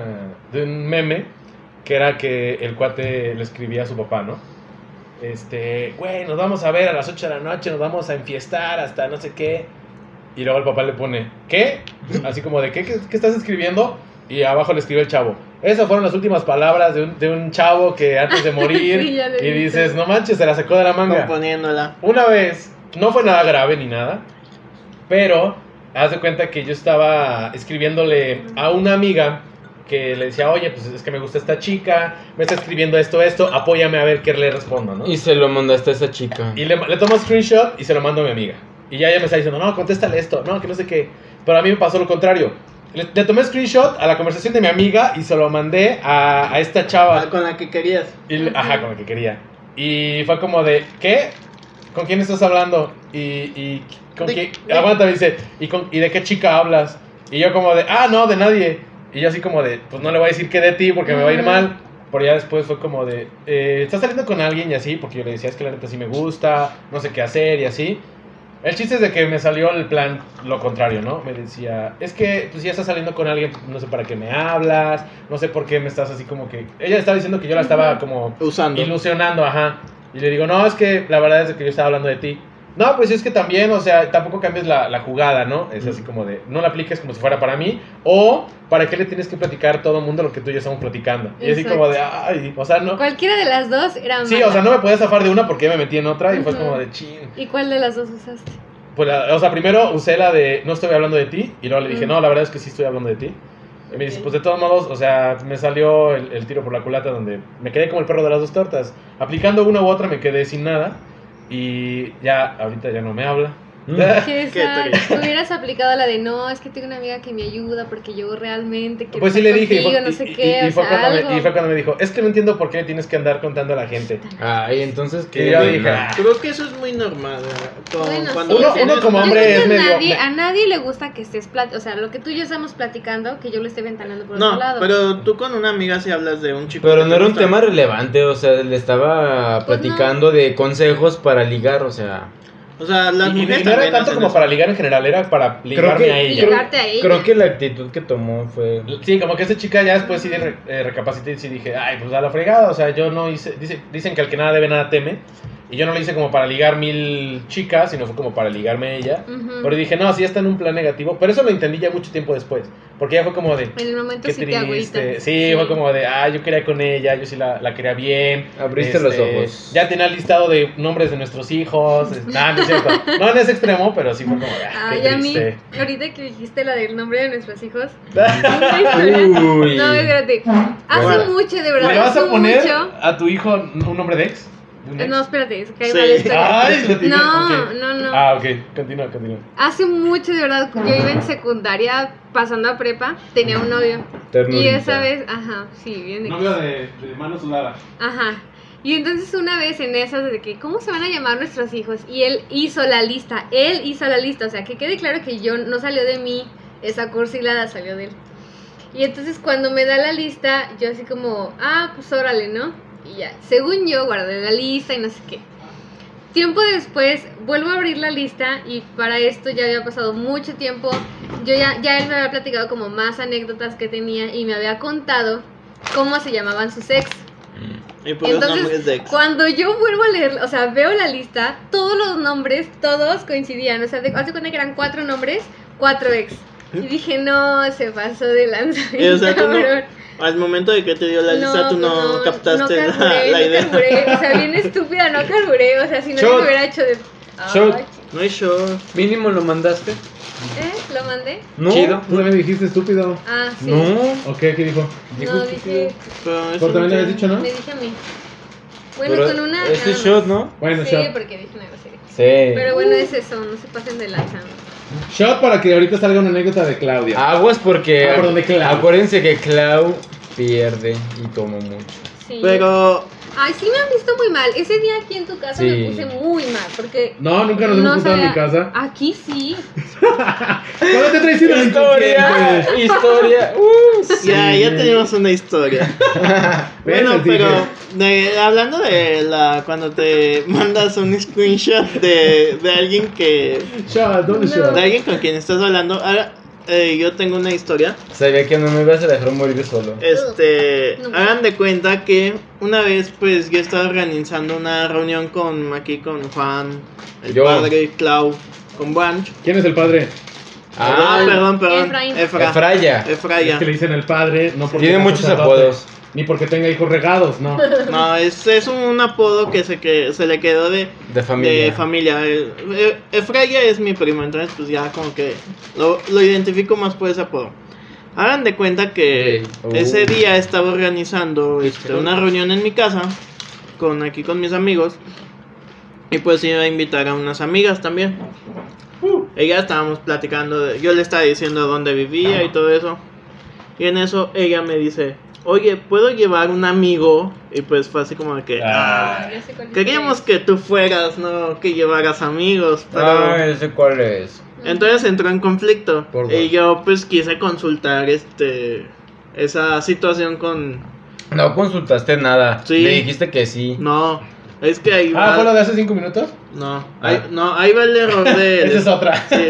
S1: de un meme que era que el cuate le escribía a su papá, ¿no? Este, güey, nos vamos a ver a las 8 de la noche, nos vamos a enfiestar
S2: [laughs]
S1: hasta no sé qué. Y luego el papá le pone, ¿qué? Así como de, ¿qué, qué, qué estás escribiendo? Y abajo le escribió el chavo. Esas fueron las últimas palabras de un, de un chavo que
S2: [laughs]
S1: antes de morir.
S2: Sí, ya lo
S1: y
S2: he visto.
S1: dices, no manches, se la sacó de la
S4: pues,
S1: manga.
S4: componiéndola.
S1: Una vez, no fue nada grave ni nada, pero haz de cuenta que yo estaba escribiéndole a una amiga que le decía, oye, pues es que me gusta esta chica, me está escribiendo esto, esto, apóyame a ver qué le respondo, ¿no?
S5: Y se lo mandaste a esa chica.
S1: Y le, le tomo screenshot y se lo mando a mi amiga. Y ya ella me está diciendo, no, contéstale esto, no, que no sé qué. Pero a mí me pasó lo contrario. Le, le tomé screenshot a la conversación de mi amiga y se lo mandé a, a esta chava.
S4: Ah, Con la que querías.
S1: Y le- ajá, como que quería. Y fue como de, ¿qué? ¿Con quién estás hablando? Y, y con
S4: De-
S1: quién.
S4: de-
S1: Aguanta, me dice, ¿y, con, ¿y de qué chica hablas? Y yo como de, ah, no, de nadie. Y yo así como de, pues no le voy a decir que de ti porque me va a ir
S2: Ujú.
S1: mal. Pero ya después fue como de, eh, ¿estás saliendo con alguien y así? Porque yo le decía, es que la neta sí me gusta, no sé qué hacer y así. El chiste es de que me salió el plan lo contrario, ¿no? Me decía, es que pues ya estás saliendo con alguien, no sé para qué me hablas, no sé por qué me estás así como que... Ella estaba diciendo que yo la estaba como
S4: Usando.
S1: ilusionando, ajá. Y le digo, no, es que la verdad es que yo estaba hablando de ti. No, pues es que también, o sea, tampoco cambies la, la jugada, ¿no? Es así como de, no la apliques como si fuera para mí. O, ¿para qué le tienes que platicar a todo el mundo lo que tú y yo estamos platicando? Y así
S2: Exacto.
S1: como de, ay, o sea, no.
S2: Cualquiera de las dos era
S1: Sí,
S2: mala.
S1: o sea, no me podía zafar de una porque me metí en otra y fue
S2: Ujú.
S1: como de, ching.
S2: ¿Y cuál de las dos usaste?
S1: Pues la- o sea, primero usé la de no estoy hablando de ti y luego le dije,
S2: Mm.
S1: no, la verdad es que sí estoy hablando de ti. Y me dice, pues de todos modos, o sea, me salió el, el tiro por la culata donde me quedé como el perro de las dos tortas. Aplicando una u otra me quedé sin nada y ya, ahorita ya no me habla.
S5: Mm.
S4: Mm.
S1: [laughs]
S2: Que
S4: [laughs] Qué
S2: esa-
S4: triste.
S2: hubieras aplicado la de no, es que tengo una amiga que me ayuda porque yo realmente quiero
S1: pues sí le
S2: estar
S1: dije y fue,
S2: contigo, no sé
S1: y- y-
S2: qué,
S1: y
S2: o
S1: fue
S2: sea,
S1: cuando
S2: algo.
S1: me, y fue cuando me dijo, es que no entiendo por qué tienes que andar contando a la gente.
S5: Ay, entonces
S1: Y
S5: qué.
S1: yo
S5: buena.
S1: dije, "Ah".
S4: Creo que eso es muy normal. ¿verdad? Con-
S2: Bueno,
S4: cuando
S2: sí,
S1: uno-
S2: o sea,
S1: uno
S2: yo
S1: como
S2: creo
S1: hombre
S2: que
S1: es
S2: a
S1: medio-
S2: nadie-
S1: me-
S2: A nadie le gusta que estés platicando, o sea, lo que tú y yo estamos platicando, que yo lo esté ventanando por
S4: No,
S2: otro lado.
S4: pero tú con una amiga si hablas de un chico.
S5: Pero
S4: que
S5: no
S4: te
S5: era un
S4: gusta.
S5: tema relevante, o sea, le estaba
S2: Pues no.
S5: platicando de consejos para ligar, o sea.
S4: O sea, las
S1: Y, y
S4: mujeres
S1: no era
S4: también
S1: tanto
S4: hacen
S1: como
S4: eso.
S1: para ligar en general, era para ligarme
S5: que-
S1: a ella.
S2: Ligarte a ella.
S5: Creo que la actitud que tomó fue.
S2: [laughs]
S1: Sí, como que esta chica ya después sí re- eh, recapacité y sí dije, ay, pues a la fregada, o sea, yo no hice, dice- dicen que al que nada debe nada teme, y yo no lo hice como para ligar mil chicas, sino fue como para ligarme a ella,
S2: Ujú.
S1: pero dije, no, sí está en un plan negativo, pero eso lo entendí ya mucho tiempo después, porque ya fue como de,
S2: En el momento
S1: qué
S2: sí te agüita.
S1: triste, sí, fue como de, ah, yo quería con ella, yo sí la, la quería bien,
S5: Abriste los
S1: este,
S5: ojos.
S1: ya tenía el listado de nombres de nuestros hijos, es- nah, no
S2: [laughs]
S1: es cierto, no en ese extremo, pero sí fue como de, ah,
S2: Ay,
S1: qué
S2: a mí,
S1: triste.
S2: ahorita que dijiste la del nombre de nuestros
S1: [laughs]
S2: hijos. una historia-
S5: Uy.
S2: No, espérate. Hace
S5: Bueno.
S2: mucho, de verdad.
S1: ¿Le vas
S2: hace
S1: a poner
S2: mucho.
S1: a tu hijo un nombre de ex? ¿De un ex?
S2: No, espérate, es que hay
S4: Sí.
S2: mala historia.
S1: Ay, lo tiene-
S2: no,
S1: Ah, ok.
S2: no, no.
S1: Ah, ok, continúa, continúa.
S2: Hace mucho, de verdad, yo iba en secundaria pasando a prepa, tenía un novio.
S5: Ternurita.
S2: Y esa vez, ajá, sí, bien.
S1: de, de mano sudada.
S2: Ajá. Y entonces una vez en esas de que, ¿cómo se van a llamar nuestros hijos? Y él hizo la lista, él hizo la lista, o sea, que quede claro que yo no salió de mí, esa cursilada salió de él. Y entonces cuando me da la lista, yo así como, ah, pues órale, ¿no? Y ya, según yo guardé la lista y no sé qué. Tiempo después vuelvo a abrir la lista y para esto ya había pasado mucho tiempo. Yo ya, ya él me había platicado como más anécdotas que tenía y me había contado cómo se llamaban sus ex.
S4: Y por los
S2: Entonces,
S4: nombres de ex.
S2: Cuando yo vuelvo a leer, o sea, veo la lista, todos los nombres, todos coincidían. O sea, de, hace cuenta que eran cuatro nombres, cuatro ex. Y dije, no, se pasó de lanza.
S4: Y, Eh, o sea, tú no-
S2: cabrón.
S4: Al momento de que te dio la lista, tú no, captaste
S2: no
S4: la-
S2: carburé,
S4: la,
S2: no
S4: idea.
S2: carburé. O sea,
S4: [laughs]
S2: bien estúpida, no carburé. O sea, si no yo
S5: Shot.
S2: me hubiera hecho de. Ay,
S5: Shot.
S4: No hay show.
S5: Mínimo lo mandaste.
S2: ¿Eh? ¿Lo mandé?
S5: No.
S1: Chido. Tú también dijiste estúpido.
S2: Ah, sí.
S5: No.
S1: ¿O qué? ¿Qué dijo?
S2: No, dije.
S4: Pero eso
S1: Pero también le
S4: no
S1: habías dicho, ¿no?
S2: Me dije a mí. Bueno,
S5: ¿Ah? Pero
S2: con una.
S5: Este
S2: nada
S5: shot,
S2: más.
S5: ¿no?
S1: Bueno,
S2: Sí,
S1: shot.
S2: porque dije una grosería.
S5: Sí.
S2: Pero bueno, es eso, no se pasen de lanza.
S1: Shot para que ahorita salga una anécdota de Claudia.
S5: Aguas porque.
S1: Ah, por donde Clau.
S5: Acuérdense que Clau pierde y tomó mucho.
S2: Sí.
S4: Pero
S2: Ay, sí me han visto muy mal. Ese día aquí en tu casa
S5: Sí.
S2: me puse muy mal porque
S1: No, nunca nos hemos juntado en
S2: sabía-
S1: mi casa.
S2: Aquí sí.
S1: ¿Cuándo te traes una pues.
S5: Historia. historia. Uh, sí.
S4: ya, ya tenemos una historia. bueno,
S1: les dije.
S4: pero de- hablando de la cuando te mandas un screenshot de, de alguien que
S1: Shot, doble
S2: No.
S1: shot.
S4: de alguien con quien estás hablando, ahora eh, yo tengo una historia.
S5: [laughs] Sabía que no me ibas a dejar morir solo.
S4: Este,
S2: No.
S4: hagan de cuenta que una vez pues yo estaba organizando una reunión con aquí con Juan, el
S5: Yo.
S4: padre Clau, con Branch.
S1: ¿Quién es el padre?
S5: Ah,
S4: perdón, perdón.
S2: Efraín.
S4: Efra.
S5: Efraya.
S4: Efraya.
S1: Es que le dicen el padre, no porque
S5: Tiene
S1: sea
S5: muchos
S1: sacerdote,
S5: apodos.
S1: Ni porque tenga hijos regados, no.
S4: No, es, es un apodo que se, que se le quedó de,
S5: De familia.
S4: de familia. El- E- Efraya es mi primo, entonces pues ya como que lo, lo identifico más por ese apodo. Hagan de cuenta que
S5: Ok.
S4: ese
S5: Oh.
S4: día estaba organizando este,
S3: chido.
S4: una reunión en mi casa, con aquí con mis amigos, y pues iba a invitar a unas amigas también.
S5: Uh.
S4: Ella estábamos platicando, de- yo le estaba diciendo dónde vivía y todo eso. Y en eso ella me dice, oye, ¿puedo llevar un amigo? Y pues fue así como de que... "Ah,
S2: Ya sé cuál es.
S4: Queríamos que tú fueras, no que llevaras amigos, pero...
S5: Ah, ese cuál es.
S4: Entonces entró en conflicto.
S3: Por
S4: y yo pues quise consultar este esa situación con
S5: No consultaste nada.
S4: Sí.
S5: Le dijiste que sí.
S4: no, es que ahí
S1: Ah,
S4: va
S1: ¿fue lo de hace cinco minutos?
S4: no, ahí, no, ahí va el error
S1: [laughs]
S4: de
S1: Esa es otra.
S4: sí.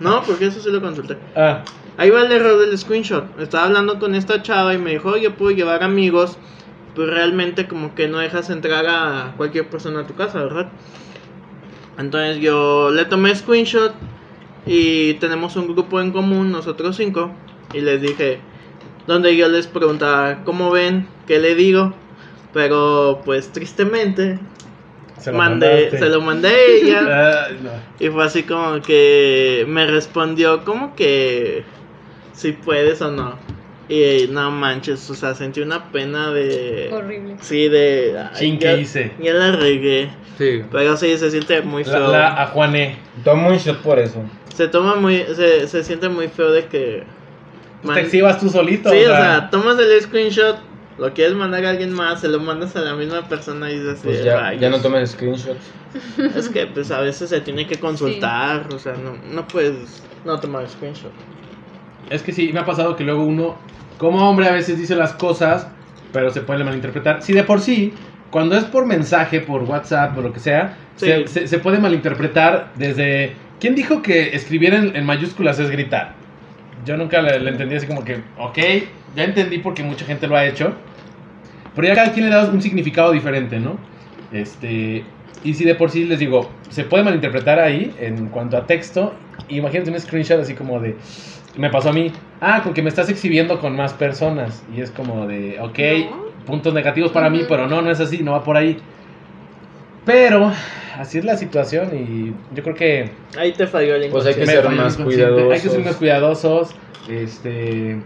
S4: No, porque eso sí lo consulté.
S1: Ah,
S4: Ahí va el error del screenshot. Estaba hablando con esta chava y me dijo, "Oye, puedo llevar amigos." Pues realmente como que no dejas entrar a cualquier persona a tu casa, ¿verdad? Entonces yo le tomé screenshot y tenemos un grupo en común, nosotros cinco, y les dije, donde yo les preguntaba, ¿cómo ven? ¿Qué le digo? Pero pues tristemente
S1: se lo
S4: mandé,
S1: mandaste.
S4: se lo mandé a
S1: [laughs]
S4: ella
S1: Ah, no.
S4: y fue así como que me respondió como que si puedes o no. Y no manches, o sea, sentí una pena de...
S2: Horrible.
S4: Sí, de... ay,
S1: Chin,
S4: ya-
S1: ¿qué hice?
S4: Ya la regué.
S3: Sí.
S4: Pero sí, se siente muy
S1: La,
S4: feo.
S1: la a E. Juané.
S5: Toma un shot por eso.
S4: Se toma muy... Se, se siente muy feo de que... man-
S1: Pues Te exhibas tú solito.
S4: Sí, o sea, tomas el screenshot, lo quieres mandar a alguien más, se lo mandas a la misma persona y dices...
S5: Pues
S4: así,
S5: ya,
S4: "Rayos".
S5: ya no tomes screenshots.
S4: Es que pues a veces se tiene que consultar, o sea, no, no puedes no tomar screenshot.
S1: Es que sí, me ha pasado que luego uno, como hombre, a veces dice las cosas, pero se puede malinterpretar. Si de por sí, cuando es por mensaje, por WhatsApp o lo que sea,
S4: Sí.
S1: se, se- se puede malinterpretar desde. ¿Quién dijo que escribir en, en mayúsculas es gritar? Yo nunca le, le entendí así como que, ok, ya entendí porque mucha gente lo ha hecho. Pero ya cada quien le da un significado diferente, ¿no? Este. Y si de por sí les digo, se puede malinterpretar ahí en cuanto a texto. Imagínate un screenshot así como de. Me pasó a mí. Ah, con que me estás exhibiendo con más personas. Y es como de, ok, puntos negativos para mí,
S2: Ujú.
S1: pero no, no es así, no va por ahí. Pero, así es la situación y yo creo que...
S4: Ahí te falló el
S5: Pues hay que
S4: inconsciente.
S5: ser
S1: falló el
S5: más
S1: inconsciente. Hay que ser
S5: cuidadosos.
S1: más cuidadosos. Este...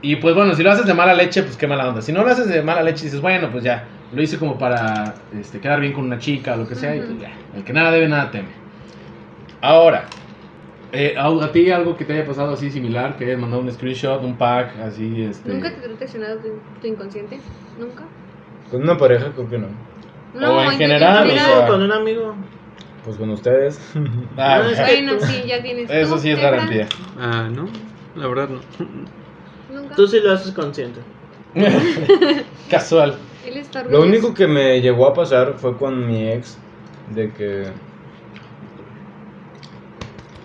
S1: Y pues bueno, si lo haces de mala leche, pues qué mala onda. Si no lo haces de mala leche, dices, bueno, pues ya, lo hice como para este, quedar bien con una chica o lo que sea. Y
S2: Ujú.
S1: pues ya, el que nada debe, nada teme. Ahora, eh, a, a ti algo que te haya pasado así similar, que hayas mandado un screenshot, un pack, así, este...
S2: ¿Nunca te han traicionado tu, tu inconsciente? ¿Nunca?
S5: Con Pues una pareja creo que no.
S1: O en
S4: Con
S1: general,
S4: un
S2: general.
S4: amigo,
S5: o sea.
S4: con un amigo.
S5: Pues con ustedes.
S1: Ah,
S4: No, es que
S2: Bueno,
S4: tú-
S2: sí, ya tienes.
S1: Eso
S2: ¿Tú,
S1: sí es
S2: Efra?
S1: garantía.
S3: Ah, no. La verdad no.
S2: Nunca.
S4: Tú sí lo haces consciente.
S1: Casual.
S2: Él está
S5: Lo
S2: orgulloso.
S5: único que me llegó a pasar fue con mi ex, de que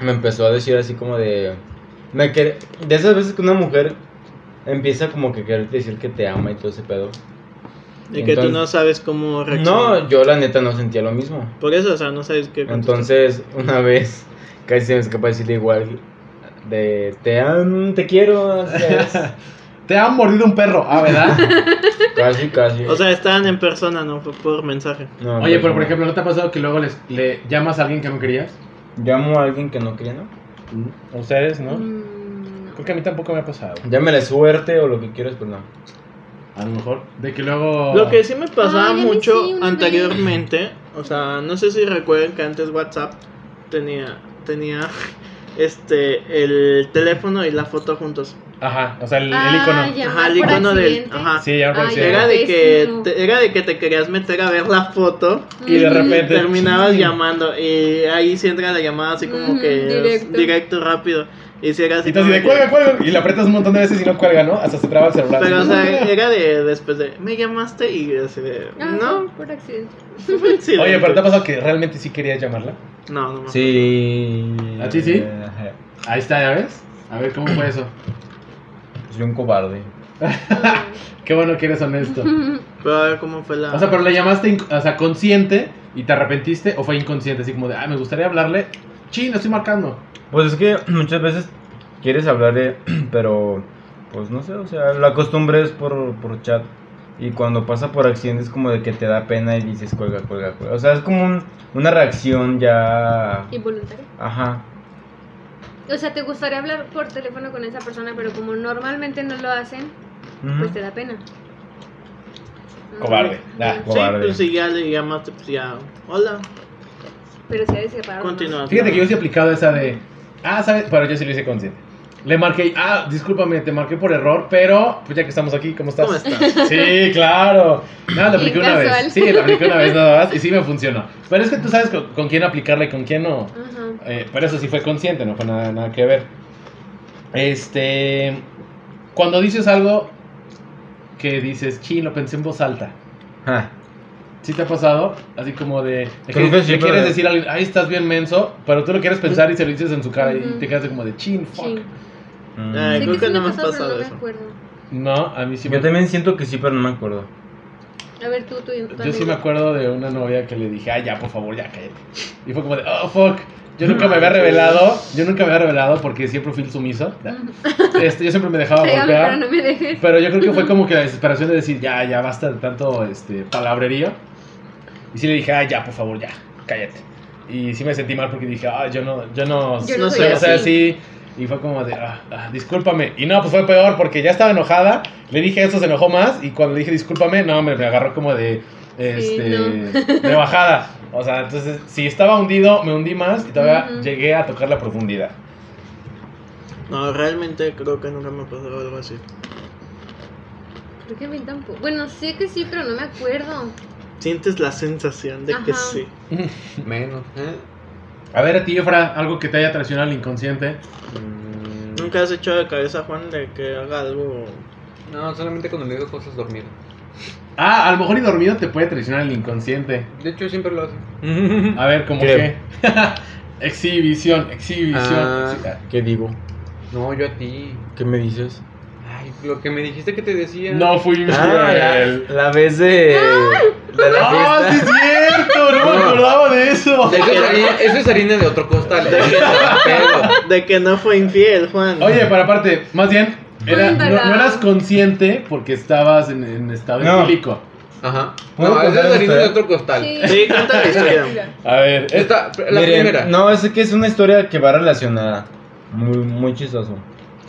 S5: me empezó a decir así como de... Me quer- De esas veces que una mujer empieza como que quererte decir que te ama y todo ese pedo.
S4: Y que tú
S5: Entonces-
S4: no sabes cómo reaccionar.
S5: No, yo la neta no sentía lo mismo.
S4: Por eso, o sea, no sabes qué contestar.
S5: Entonces, una vez, casi se me escapa decirle igual de te am- te quiero. o
S1: [laughs]
S5: sea,
S1: Te han mordido un perro, ah, [laughs] ¿verdad?
S5: casi, casi.
S4: O sea, estaban en persona, no fue por mensaje.
S5: No,
S1: Oye,
S5: pues,
S1: pero por
S5: no.
S1: ejemplo, ¿no te ha pasado que luego les, le llamas a alguien que no querías?
S5: Llamo a alguien que no quería, ¿no?
S1: Ustedes, ¿no?
S2: Mm, no.
S1: Creo que a mí tampoco me ha pasado.
S5: Llámele suerte o lo que quieras, pero no.
S1: A lo mejor. De que
S5: Oh.
S1: luego.
S4: Lo que sí me pasaba
S2: Ay, a mí
S4: mucho
S2: sí, una vez.
S4: anteriormente, o sea, no sé si recuerden que antes WhatsApp tenía tenía [laughs] este el teléfono y la foto juntos.
S1: Ajá, o sea, el, el
S2: Ah,
S1: icono.
S2: ya,
S4: Ajá, el
S2: por
S4: icono del,
S2: accidente.
S4: ajá.
S1: Sí, ya me
S2: Ah,
S1: parecía.
S4: Era de que
S2: Pésimo.
S4: te- era de que te querías meter a ver la foto
S1: Y de
S2: Ujú.
S4: [laughs]
S1: repente.
S4: terminabas
S1: chin.
S4: llamando y ahí sí entra la llamada así como
S2: Ujú,
S4: que es
S2: directo.
S4: directo. rápido y si era así
S1: Y tú así
S4: como
S1: de
S4: que-
S1: cuelga, cuelga. Y le aprietas un montón de veces y no cuelga, ¿no? Hasta se traba el celular.
S4: pero o
S1: Así. [laughs]
S4: sea eh, era de después de me llamaste y así de
S2: Ah,
S4: no
S2: no, por
S1: [laughs]
S2: accidente.
S4: [laughs]
S2: [laughs]
S4: sí,
S1: Oye, pero ¿te ha pasado que realmente sí querías llamarla?
S4: no no no
S5: Sí.
S1: ¿A ti sí?
S5: Ajá.
S1: Ahí está, ¿ya ves? A ver, ¿cómo fue eso?
S5: Soy un cobarde.
S1: Qué bueno que
S2: [laughs]
S1: eres honesto.
S4: pero a ver cómo fue la
S1: O sea, pero le llamaste, inc- o sea, consciente y te arrepentiste o fue inconsciente, así como de, ah, me gustaría hablarle, Chino, estoy marcando.
S5: Pues es que [clears throat] muchas veces quieres hablar, eh, [clears throat] pero pues no sé, o sea, la costumbre es por, por chat. Y cuando pasa por accidentes como de que te da pena y dices cuelga, cuelga, cuelga. O sea, es como un- una reacción ya...
S2: Involuntario.
S5: Ajá.
S2: O sea, te gustaría hablar por teléfono con esa persona, pero como normalmente no lo hacen,
S5: Ujú.
S2: pues te da pena.
S1: Mm,
S2: mm,
S1: Cobarde.
S2: Ujú.
S1: Nah.
S4: Sí,
S5: Cobarde.
S4: pues si ya le llamaste, pues ya. Hola,
S2: Pero se ha de cerrar. ¿no?
S4: continúa.
S1: Fíjate que yo sí he aplicado esa de. Ah, ¿sabes? Pero yo sí lo hice consciente. Le marqué, ah, discúlpame, te marqué por error, pero pues ya que estamos aquí, ¿cómo estás?
S4: ¿Cómo estás?
S1: Sí, claro. No, la
S2: Bien
S1: apliqué una
S2: casual.
S1: vez. Sí, la apliqué una vez nada más y sí me funcionó. Pero es que tú sabes con, con quién aplicarla y con quién no.
S2: Ajá.
S1: Eh, pero eso sí fue consciente, no fue nada, nada que ver. Este. Cuando dices algo que dices, chin, lo pensé en voz alta.
S5: Ja.
S1: ¿Sí te ha pasado? Así como de. de
S5: Creo
S1: que
S5: que sí,
S1: le
S5: pero-
S1: quieres decir a alguien, ay, estás bien menso, pero tú lo quieres pensar y se lo dices en su cara y
S2: Ujú.
S1: te quedas como de chin, fuck.
S2: Sí.
S5: Mm.
S4: Ay, creo
S2: Sé que
S4: que
S2: sí
S4: no
S2: me
S4: me
S2: ha
S4: has
S2: pasado,
S4: pasado
S2: pero no
S4: eso.
S2: me acuerdo.
S1: No, a mí sí me
S5: Yo también siento que sí, pero no me acuerdo.
S2: A ver, tú, tú. tú
S1: Yo sí me
S2: amigo.
S1: acuerdo de una novia que le dije, ay, ya, por favor, ya cállate. Y fue como de, oh, fuck. Yo nunca me
S2: [laughs]
S1: había revelado, yo nunca me había revelado porque siempre fui el sumiso.
S2: [laughs]
S1: Este, yo siempre me dejaba
S2: Pégame, pero
S1: golpear.
S2: no me dejes.
S1: Pero yo
S2: [laughs]
S1: creo que fue como que la desesperación de decir, ya, ya, basta de tanto este, palabrerío. Y sí le dije, ay, ya, por favor, ya, cállate. Y sí me sentí mal porque dije, ah, yo no, yo no,
S2: Yo no
S1: yo
S4: soy
S1: soy
S2: así.
S1: así. Y fue como de, ah, ah, discúlpame. Y no, pues fue peor porque ya estaba enojada. Le dije eso, se enojó más. Y cuando le dije discúlpame, no, me, me agarró como de, este,
S2: no.
S1: [laughs] de bajada. O sea, entonces, si estaba hundido, me hundí más y todavía
S2: Ujú.
S1: llegué a tocar la profundidad.
S4: No, realmente creo que nunca me ha pasado algo así.
S2: Creo que a mí tampoco. Bueno, sé que sí, pero no me acuerdo.
S4: Sientes la sensación de que
S2: Ajá.
S4: sí.
S3: Menos. ¿eh?
S1: A ver, a ti, Efra, algo que te haya traicionado al inconsciente.
S3: Mm,
S4: ¿Nunca has hecho de cabeza, Juan, de que haga algo?
S3: No, solamente cuando le digo cosas dormido.
S1: Ah, a lo mejor y dormido te puede traicionar el inconsciente.
S3: De hecho, siempre lo hace.
S1: A ver, ¿cómo
S5: Creo.
S1: qué? [laughs] exhibición, exhibición.
S3: Ah.
S1: exhi-
S5: ¿Qué digo?
S3: No, yo a ti.
S5: ¿Qué me dices?
S3: Ay, lo que me dijiste que te decía.
S1: No fui [laughs] yo.
S5: Ah, la, la vez
S2: [laughs]
S5: de... de la
S1: ¡Ah,
S5: fiesta.
S1: sí es cierto! No me
S5: No.
S1: acordaba de eso.
S3: De eso, es harina, eso es harina de otro costal. ¿eh? [laughs] Pero-
S4: De que no fue infiel, Juan.
S1: Oye, pero aparte, más bien, era- no,
S2: Cuéntala.
S1: no eras consciente porque estabas en, en estado
S5: No.
S1: etílico.
S3: Ajá.
S5: ¿Puedo
S3: No, eso
S5: contar
S3: es harina
S5: esta?
S3: de
S1: eh?
S3: otro costal.
S4: Sí, cuenta la historia.
S1: A ver, es-
S3: Esta, la
S5: Miren,
S3: primera.
S5: No, es que es una historia que va relacionada. Muy, muy chistoso.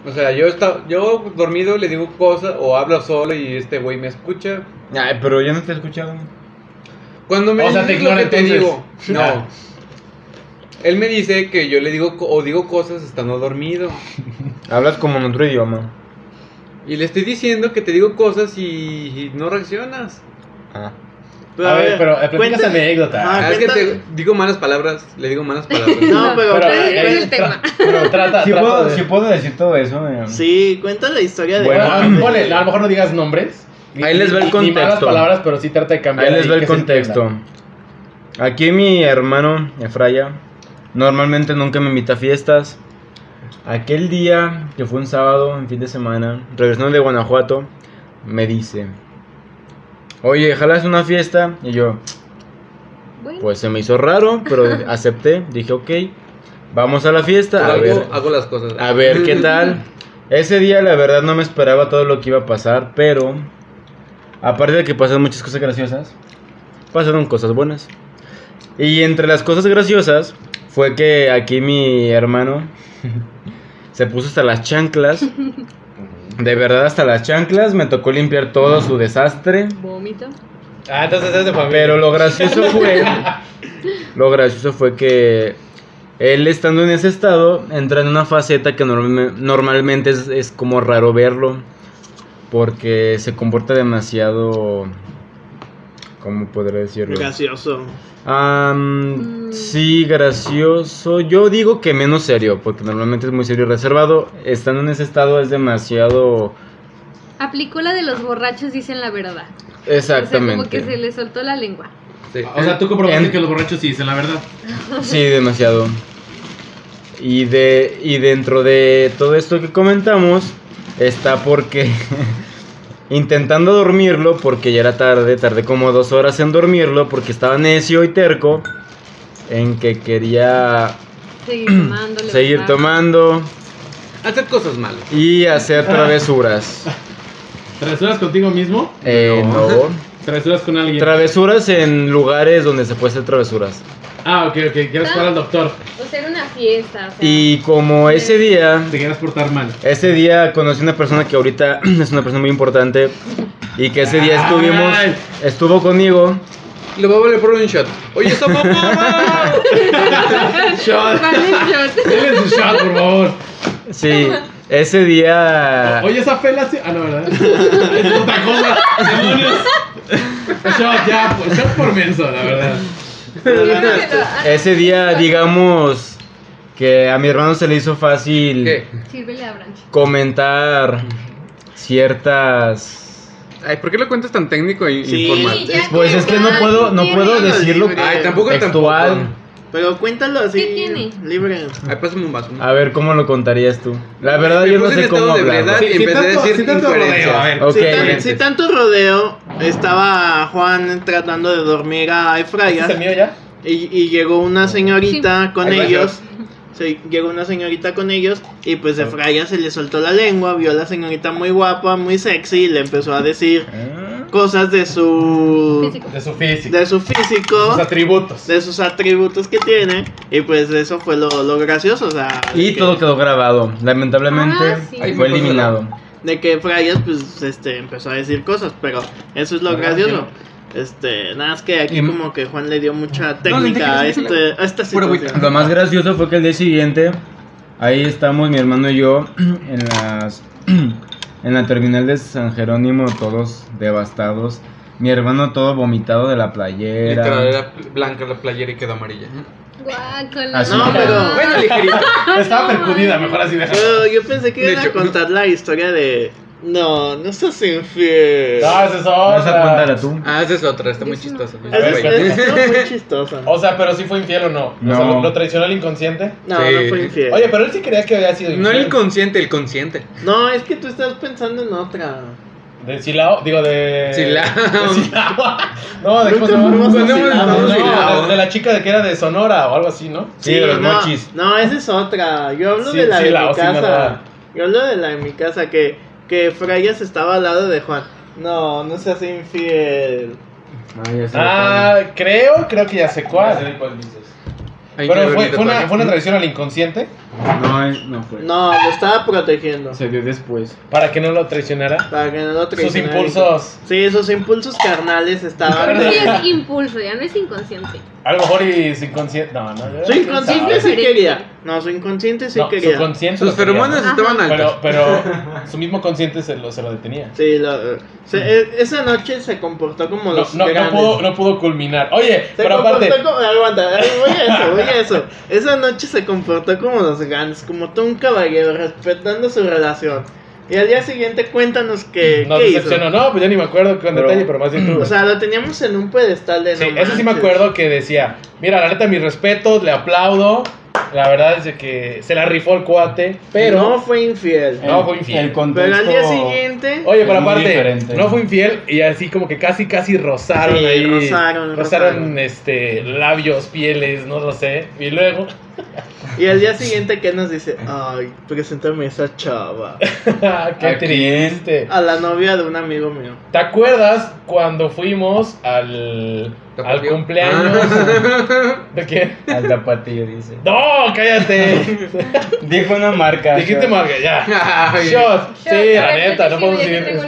S3: O sea, yo estaba, yo dormido le digo cosas o hablo solo y este güey me escucha.
S5: Ay, pero yo no te he escuchado.
S3: Cuando me
S1: O sea,
S3: dices
S1: te
S3: lo
S1: ignora
S3: que te digo,
S1: entonces. [laughs]
S3: no. Él me dice que yo le digo co- o digo cosas estando dormido.
S5: Hablas como en otro idioma.
S3: Y le estoy diciendo que te digo cosas y, y no reaccionas.
S5: Ah.
S4: Pero,
S1: a ver, pero eh, platica esa
S4: cuenta-
S1: anécdota.
S4: Ah,
S3: Ah, es que te
S4: cuéntale.
S3: digo malas palabras, le digo malas palabras.
S4: [laughs] No, pero,
S1: Pero,
S2: Ese
S1: eh,
S2: es el tema.
S1: Pero trata,
S5: Si
S1: trata
S5: puedo,
S1: Ah, de-
S5: sí puedo decir todo eso. eh.
S4: Sí, cuenta la historia de.
S1: Bueno,
S5: Bueno,
S1: ah, ponle, a lo mejor no digas nombres. ni-
S5: Ahí les va el
S1: ni- Ni malas
S5: contexto.
S1: palabras, pero sí trata de cambiar.
S5: Ahí les va el
S1: que se
S5: contexto.
S1: entienda.
S5: Aquí mi hermano Efraya normalmente nunca me invita a fiestas. Aquel día, que fue un sábado, en fin de semana, regresando de Guanajuato, me dice, oye, jalas una fiesta. Y yo,
S2: Bueno,
S5: pues se me hizo raro, pero acepté. Dije, ok, vamos a la
S3: Por
S5: fiesta. A
S3: algo
S5: ver,
S3: hago las cosas.
S5: a ver
S3: [laughs]
S5: qué tal. Ese día la verdad no me esperaba todo lo que iba a pasar, pero aparte de que pasaron muchas cosas graciosas, pasaron cosas buenas. Y entre las cosas graciosas fue que aquí mi
S3: [laughs]
S5: hermano se puso hasta las chanclas. De verdad hasta las chanclas, me tocó limpiar todo su desastre.
S2: vómito.
S1: Ah, entonces es de familia.
S5: Pero lo gracioso
S2: [laughs]
S5: fue. lo gracioso fue que. Él estando en ese estado, entra en una faceta que norme- normalmente es, es como raro verlo. Porque se comporta demasiado. ¿Cómo podría decirlo?
S4: Gracioso.
S5: Am,
S2: Mm.
S5: Sí, gracioso. Yo digo que menos serio, porque normalmente es muy serio y reservado. Estando en ese estado es demasiado.
S2: Aplicó la de los borrachos dicen la verdad.
S5: Exactamente.
S2: O sea, como que se le soltó la lengua.
S3: Sí.
S1: O sea, tú comprobaste
S5: En-
S1: que los borrachos sí dicen la verdad.
S5: Sí, demasiado. Y de y dentro de todo esto que comentamos está porque [laughs] intentando dormirlo porque ya era tarde, tardé como dos horas en dormirlo porque estaba necio y terco en que quería
S1: [clears throat]
S2: Seguir tomando.
S5: Seguir
S2: levantar.
S5: tomando
S3: Hacer cosas malas.
S5: y hacer travesuras.
S1: ¿Travesuras contigo mismo?
S5: Eh, no.
S1: ¿Travesuras con alguien?
S5: Travesuras en lugares donde se puede hacer travesuras.
S1: ah, ok, ok. Quieres jugar al doctor.
S2: O sea, era una fiesta. O sea,
S5: Y como ese día,
S1: Te quieras portar mal.
S5: ese Este día conocí una persona que ahorita [clears throat] es una persona muy importante y que ese día estuvimos,
S1: Ay.
S5: estuvo conmigo.
S3: Le voy a valer por un shot. Oye, esa mamá.
S1: Shot.
S2: ¿Cuál es shot?
S1: Denle su shot, por favor.
S5: Sí, ese día.
S1: Oye, esa fela sí- Ah, no, ¿verdad? [laughs] es otra cosa. Demonios. Shot, ya. por- Shot por menso, la verdad. este-
S2: Ah,
S5: Ese día, digamos que a mi hermano se le hizo fácil
S3: ¿Qué?
S2: Sírvele a Branch.
S5: comentar ciertas.
S3: Ay, ¿por qué lo cuentas tan técnico e
S4: Sí.
S3: informal?
S2: Ya
S5: Pues es que no puedo, no puedo decirlo
S3: Ay, tampoco
S5: textual.
S3: tampoco.
S4: Pero cuéntalo así.
S2: ¿Qué tiene?
S4: Libre.
S3: Ay, pásame un vaso.
S5: A ver, cómo lo contarías tú. La verdad yo
S3: pues
S5: no sé cómo hablarlo.
S3: hablar.
S1: Sí,
S3: en
S1: sí,
S3: vez de
S1: tanto-
S3: decir
S1: sí, tanto rodeo,
S3: incoherencias.
S1: a ver.
S5: Ok,
S4: si, tan-
S5: bien.
S4: si tanto rodeo, estaba Juan tratando de dormir a Efraías.
S1: Este ¿Es el mío ya?
S4: Y, y llegó una señorita con
S3: Ahí va,
S4: ellos. Se, llegó una señorita con ellos y pues
S1: Ah.
S4: Efraías se le soltó la lengua, vio a la señorita muy guapa, muy sexy y le empezó a decir cosas de su
S2: Físico.
S1: De su físico.
S4: de su
S1: Sus
S4: físico,
S1: atributos.
S4: de sus atributos que tiene y pues eso fue lo, lo gracioso, o sea, de
S5: Y
S4: que-
S5: todo quedó grabado. Lamentablemente
S2: Ah, sí. Ahí
S5: fue
S3: me pasó
S5: eliminado.
S4: de que Efraías pues este empezó a decir cosas, pero eso es lo
S1: Ah,
S4: gracioso. Este, nada más que aquí
S5: Y-
S4: como que Juan le dio mucha
S3: ni
S4: técnica
S3: siquiera
S4: a,
S3: se
S4: este,
S3: hizo
S4: a esta
S3: Pura agüita.
S4: situación.
S5: Lo más gracioso fue que el día siguiente, ahí estamos mi hermano y yo [clears throat] en las [clears throat] en la terminal de San Jerónimo, todos devastados. Mi hermano todo vomitado de la playera.
S3: Literal, era blanca la playera y quedó amarilla.
S2: Guácala. Ah,
S5: Así.
S4: No, pero-
S3: Bueno, ligerito.
S1: Estaba percudida, mejor así déjalo.
S4: Yo, yo pensé que
S3: De
S4: iban a
S3: hecho,
S4: contar la historia de. No, no seas infiel.
S1: No, Ah, esa es
S5: Vas a
S1: otra.
S5: contarla tú.
S3: Ah, esa es otra, está muy
S2: Yo sí no.
S3: chistosa. güey.
S4: Eso es,
S1: Bueno.
S4: es- no fue chistoso.
S1: O sea, pero sí fue infiel o no. O sea,
S5: No.
S1: lo, lo traicionó el inconsciente.
S4: No,
S3: sí.
S4: no fue infiel.
S1: Oye, pero él sí creía que había sido
S3: No
S1: infiel.
S3: el inconsciente, el consciente.
S4: No, es que tú estás pensando en otra.
S1: De Silao, digo de.
S3: Silao.
S1: De Silao. [laughs] No, de
S4: Nunca
S1: cómo se llama?
S4: fuimos a
S1: No,
S4: Silao.
S1: no, no,
S3: Silao.
S1: de- de la chica de que era de Sonora o algo así, ¿no?
S5: Sí, de los
S4: no,
S5: mochis.
S4: No, esa es otra. Yo hablo
S1: Sí,
S4: de la
S1: sí,
S4: de
S1: la-
S4: mi
S1: sí, me
S4: casa.
S1: la-
S4: Yo hablo de la de mi casa, que, que Freyas estaba al lado de Juan. No, no seas infiel.
S5: Ah, ya sé.
S1: Ah, creo, creo que ya sé cuál.
S3: Ay, qué
S1: Pero fue,
S3: bonito
S1: fue una,
S3: tatuaje.
S1: fue una traición al inconsciente
S5: No, es- no fue.
S4: No, lo estaba protegiendo.
S5: Se dio después.
S1: para que no lo traicionara.
S4: Para que no lo
S1: Sus
S4: traicionara.
S1: impulsos.
S4: Sí, sus impulsos carnales estaban.
S2: Pero sí [laughs] es impulso, ya no es inconsciente.
S1: A lo mejor y su inconsciente. No, no.
S4: Su inconsciente
S2: Sabe.
S4: sí quería. No, su inconsciente sí
S1: No, su
S4: quería.
S1: consciente
S3: Sus
S1: lo quería.
S3: feromonas estaban altas.
S1: Pero, pero su mismo consciente se lo, se lo detenía.
S4: Sí, lo- se- e- esa noche se comportó como
S1: No,
S4: los
S1: no, no,
S4: grandes.
S1: pudo, no pudo culminar. Oye,
S4: se
S1: pero
S4: comportó
S1: aparte.
S4: como... Aguanta, ay, voy a eso, voy a eso. Esa noche se comportó como los grandes, como todo un caballero, respetando su relación. Y al día siguiente cuéntanos que,
S1: Nos
S4: qué hizo.
S1: decepcionó, no, pues ya ni me acuerdo con
S5: Pero-
S1: detalle, pero más bien
S4: [clears throat]
S1: tú.
S4: O sea, lo teníamos en un pedestal de
S1: Sí,
S4: no
S1: eso sí me
S4: manches.
S1: acuerdo que decía, mira, la neta, mis respetos, le aplaudo. La verdad es de que se la rifó el cuate, pero...
S4: No fue infiel.
S1: No, fue infiel.
S5: El contexto.
S4: Pero al día siguiente...
S1: Oye, pero
S5: Es muy
S1: aparte,
S5: diferente.
S1: no fue infiel y así como que casi, casi rozaron
S4: Sí,
S1: ahí.
S4: rozaron, rozaron.
S1: este, labios, pieles, no lo sé. Y luego, [laughs]
S4: Y al día siguiente, ¿qué nos dice? Ay, preséntame a esa chava.
S1: qué
S5: ¿A quién?
S1: triste.
S4: A la novia de un amigo mío.
S1: ¿Te acuerdas cuando fuimos al,
S3: ¿Te
S1: al
S3: acuerdas?
S1: cumpleaños?
S5: Ah.
S1: ¿De qué?
S5: Al tapatillo, dice.
S1: ¡No,
S4: [laughs]
S1: cállate!
S5: Dijo una marca.
S1: Dijiste marca, ya.
S3: Ah. [laughs] Ay,
S1: Shot. Sí, la neta, no podemos decir.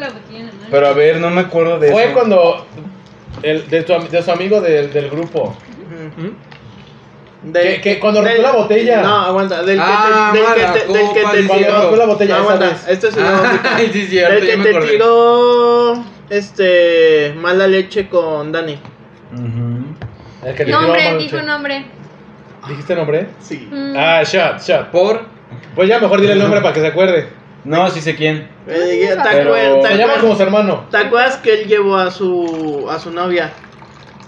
S5: Pero a ver, no me acuerdo de
S1: Fue
S5: eso. [laughs]
S1: cuando el, de, tu, am- de su amigo del, del grupo.
S4: Del-
S1: Que- que cuando rompió la botella.
S4: No, aguanta. Del que
S3: Ah,
S4: te, del
S3: mala
S4: que te, del que
S3: copa,
S4: te
S3: sí,
S4: tiró.
S1: Cuando rompió la botella,
S4: No,
S1: esa
S4: aguanta.
S1: vez.
S4: Esto es una botella.
S3: Ay, sí, es [laughs] cierto,
S4: Del
S3: ya
S4: que
S3: me
S4: te
S3: acordé.
S4: tiró. Este. Mala leche con Dani.
S5: Ujú.
S1: El que le tiró
S2: Nombre,
S1: a
S2: dijo
S1: Manuche.
S2: nombre.
S1: ¿Dijiste nombre?
S4: Sí.
S2: Mm,
S1: Ah, shot, shot.
S3: Por.
S1: Pues ya mejor dile el nombre para que se acuerde.
S5: No, sí sé quién.
S4: ¿te,
S5: Pero-
S4: acuer- te
S1: Se llama
S4: acuer-
S1: como su hermano.
S4: te acuerdas que él llevó a su, a su novia?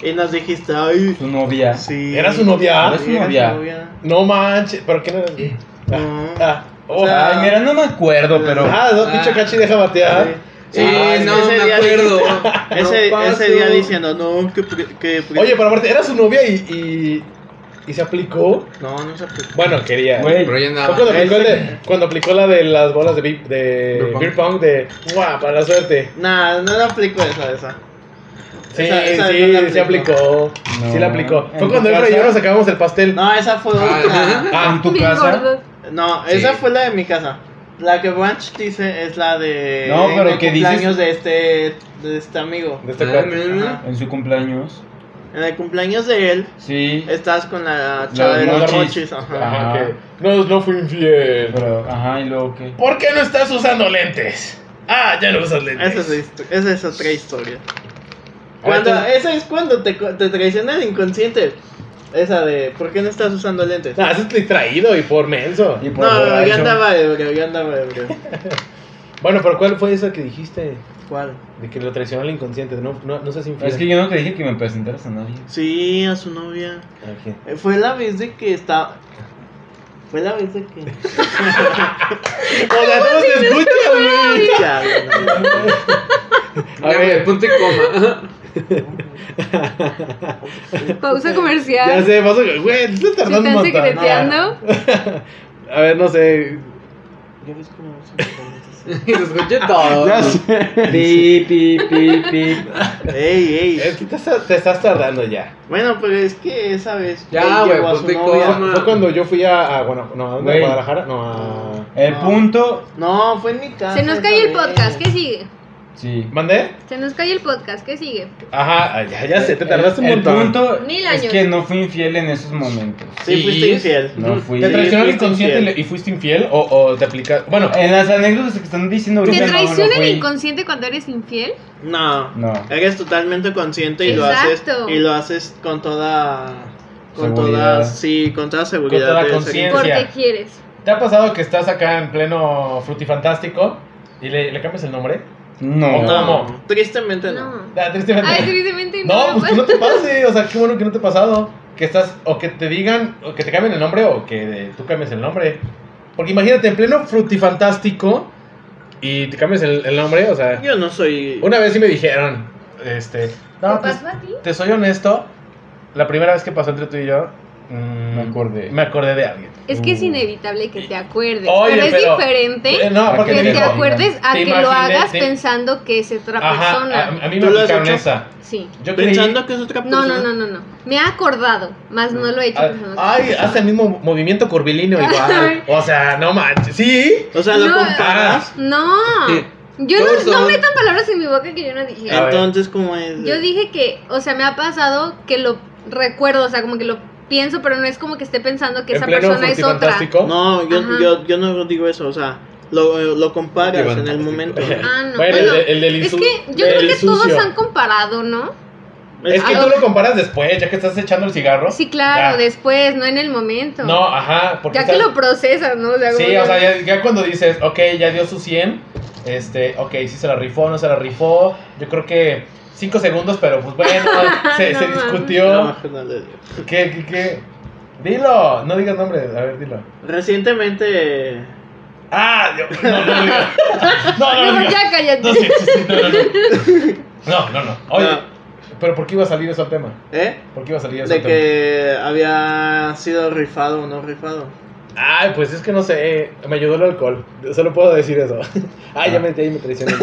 S4: Y nos dijiste, ay.
S5: Su novia.
S4: Sí.
S1: ¿Era su novia?
S5: Era su novia.
S1: No manches, pero ¿quién era?
S4: No.
S1: Ah, oh.
S4: O sea,
S5: Ay, mira, no me acuerdo, pero.
S1: ah, no, pinche cachi deja batear.
S3: Sí,
S4: Ah,
S3: no
S4: ese
S3: me
S4: día
S3: acuerdo.
S4: Ese, [laughs]
S3: No
S4: ese
S3: paso.
S4: día diciendo, no, que. pre- que pre-
S1: Oye, pero aparte, era su novia y, y ¿Y se aplicó?
S4: No, no se aplicó.
S1: Bueno, quería.
S5: Güey,
S3: Pero ya
S1: Fue
S3: andaba.
S1: cuando aplicó, el de- cuando aplicó la de las bolas de, beep- de
S3: Beer pong.
S1: beer pong de ¡guau! para la suerte.
S4: Nah, no le aplico esa, esa.
S1: Sí,
S4: Esa- esa
S1: sí,
S4: no la
S1: sí aplicó.
S5: No.
S1: Sí la aplicó.
S5: ¿En
S1: Fue cuando
S5: tu
S1: Efra y yo
S5: casa?
S1: nos acabamos el pastel.
S4: No, esa fue
S3: Ah,
S4: otra.
S1: Ah,
S5: ¿En tu
S2: Bien
S5: casa?
S2: gordos.
S4: No,
S3: Sí.
S4: esa fue la de mi casa. La que Branch dice es la de
S5: No, pero
S4: el
S5: ¿qué
S4: cumpleaños de este de este amigo.
S1: de este cuate.
S3: Ah,
S4: Ajá.
S5: En su cumpleaños.
S4: En el cumpleaños de él
S5: Sí.
S4: estás con la chava de los
S5: mochis.
S4: mochis, Ah, ajá.
S1: Ajá,
S5: Ajá.
S1: que, No, no fui infiel.
S5: Pero, ajá, y luego qué.
S1: ¿Por qué no estás usando lentes? Ah, ya no usas lentes.
S4: Esa es, la histo- esa es otra historia. Cuando,
S1: entonces-
S4: esa es cuando te, co- te traiciona el inconsciente. Esa de ¿por qué no estás usando lentes?
S1: Ah, es distraído y por menso.
S5: Y por
S4: No,
S5: borracho.
S4: yo andaba ebrio, yo andaba ebrio.
S1: Bueno, pero ¿cuál fue esa que dijiste?
S4: ¿Cuál?
S1: De que lo traicionó el inconsciente. No, no, no seas infiel.
S5: Es que yo no te dije que me presentaras a
S1: [laughs]
S5: nadie.
S4: Sí, a su novia.
S1: Ah,
S4: Eh, Fue la vez de que estaba. Fue la vez de que.
S1: O sea, [laughs] no se escucha, güey.
S4: Ya, no, no.
S1: A ver,
S3: punto y coma.
S5: [laughs]
S2: Pausa
S1: ya
S2: comercial.
S1: sé, vas a... Güey, te estás
S2: ¿Se
S1: tardando un
S2: están
S1: montón.
S2: secreteando?
S1: A ver, no sé.
S4: Ya ves cómo son los hombres así.
S3: Y se escucha todo.
S5: Pi, pi, pi, pi.
S4: [laughs] Ey,
S1: Es
S4: ey.
S1: que te, estás- te estás tardando ya.
S4: Bueno, pero es que esa vez.
S3: Ya,
S4: él
S3: güey,
S4: llevó a
S3: ponte
S4: su novia.
S3: coma.
S1: Fue cuando yo fui a, a Guana- no, ¿a dónde? ¿A
S5: Güey.
S1: Guadalajara? No, a...
S5: El
S4: No.
S5: punto.
S4: No, fue en mi casa.
S2: Se nos
S4: esa
S2: cae el
S4: vez.
S2: podcast, ¿qué sigue?
S5: Sí.
S1: ¿Mandé?
S2: Se nos cae el podcast, ¿qué sigue?
S1: Ajá, ya, ya sé, te tardaste un
S5: el,
S1: montón.
S5: El punto
S2: Mil
S5: es
S2: años.
S5: que no fui infiel en esos momentos.
S4: Sí, fuiste
S1: Sí.
S4: infiel.
S5: No fui.
S1: ¿Te
S5: En
S1: traicionó el
S4: fuiste
S1: inconsciente
S4: infiel.
S1: y fuiste infiel o, o te aplicas? Bueno,
S5: las anécdotas que están diciendo ahorita.
S2: ¿Te
S5: no, no
S2: traiciona
S5: fui.
S2: el inconsciente cuando eres infiel?
S4: No.
S5: No.
S4: Eres totalmente consciente y lo
S2: Exacto.
S4: haces. Y lo haces con toda. Con
S5: Seguridad.
S4: toda. Sí, con toda seguridad.
S1: toda
S4: de ser-
S1: conciencia.
S2: Porque quieres.
S1: ¿te ha pasado que estás acá en pleno frutifantástico y le, le cambias el nombre?
S5: No.
S1: No.
S4: No, tristemente no.
S2: No.
S1: Ah, tristemente. [laughs]
S2: Ay, tristemente
S1: no,
S2: me
S1: pues que no te
S2: pasa.
S1: pase, o sea, qué bueno que no te ha pasado. Que estás, o que te digan, o que te cambien el nombre, o que eh, tú cambies el nombre. Porque imagínate, en pleno frutifantástico y te cambias el, el nombre, o sea.
S4: Yo no soy.
S1: Una vez sí me dijeron, este. No,
S2: ¿Te
S1: pues,
S2: pasó a ti?
S1: Te soy honesto, la primera vez que pasó entre tú y yo, mm,
S5: Me acordé.
S1: me acordé de alguien.
S2: Es que es
S5: Uh.
S2: inevable que te acuerdes.
S1: Oye,
S2: pero es
S1: pero-
S2: diferente
S1: Eh, no, aparte
S2: que
S1: me
S2: te
S1: dijo,
S2: acuerdes a
S1: Te
S2: que
S1: imaginé,
S2: lo hagas
S1: te-
S2: pensando que es otra
S1: Ajá, a,
S2: persona.
S1: a mí
S4: ¿Tú
S1: me
S4: lo has
S1: aplicaron
S4: hecho?
S1: esa.
S2: Sí.
S1: Yo creí-
S4: Pensando que es otra persona.
S2: No, no, no, no, no. Me ha acordado, más no lo he hecho.
S1: Ah,
S2: pensando que
S1: Ay,
S2: es otra
S1: hace el mismo movimiento curvilíneo igual. O sea, no manches. Sí.
S4: O sea, lo
S2: No.
S1: Ah,
S4: comparas.
S2: persona. No. Yo no,
S3: Todos
S2: no
S3: son-
S2: metan palabras en mi boca que yo no dije.
S1: A ver.
S4: Entonces, ¿cómo es?
S2: Yo dije que, o sea, me ha pasado que lo recuerdo, o sea, como que lo pienso, pero no es como que esté pensando que
S1: En
S2: esa
S1: pleno
S2: persona es otra.
S1: frutifantástico.
S4: No, yo,
S2: Ajá.
S4: yo, yo no digo eso, o sea, lo, lo comparas en el
S3: Fantástico.
S4: momento.
S2: Ah, no.
S1: Bueno,
S2: Bueno,
S1: el, el del
S2: es
S1: insu-
S2: que yo creo
S1: del
S2: que todos
S1: sucio.
S2: han comparado, ¿no?
S1: Es que
S2: Ah,
S1: tú
S2: ok.
S1: lo comparas después, ya que estás echando el cigarro.
S2: Sí, claro,
S1: Ya.
S2: después, no en el momento.
S1: No, ajá. Porque
S2: ya que
S1: estás-
S2: lo procesas, ¿no? O sea,
S1: Sí,
S2: como
S1: o sea,
S2: que-
S1: ya, ya cuando dices, ok, ya dio su 100, este, ok, sí se la rifó, no se la rifó, yo creo que 5 segundos, pero pues bueno,
S2: [laughs]
S1: se,
S2: No
S1: se
S2: mames.
S1: discutió.
S2: [laughs]
S4: No, no le digo.
S1: ¿Qué, qué, qué? Dilo, no digas nombre, a ver, dilo.
S4: Recientemente, ¿eh?
S1: Ah, yo, no, no, digas. [laughs] no, no, no,
S2: Mejor
S1: digas.
S2: ya cállate.
S1: no, sí, sí, sí, no, no, no, no, no, no. oye,
S4: No.
S1: pero ¿por qué iba a salir eso al tema?
S4: ¿eh?
S1: ¿Por qué iba a salir eso
S4: De
S1: al tema?
S4: que había sido rifado o no rifado.
S1: Ay, pues es que no sé, me ayudó el alcohol. Solo puedo decir eso. [laughs] Ay,
S4: Ah.
S1: ya me metí ahí, me traicioné. [laughs]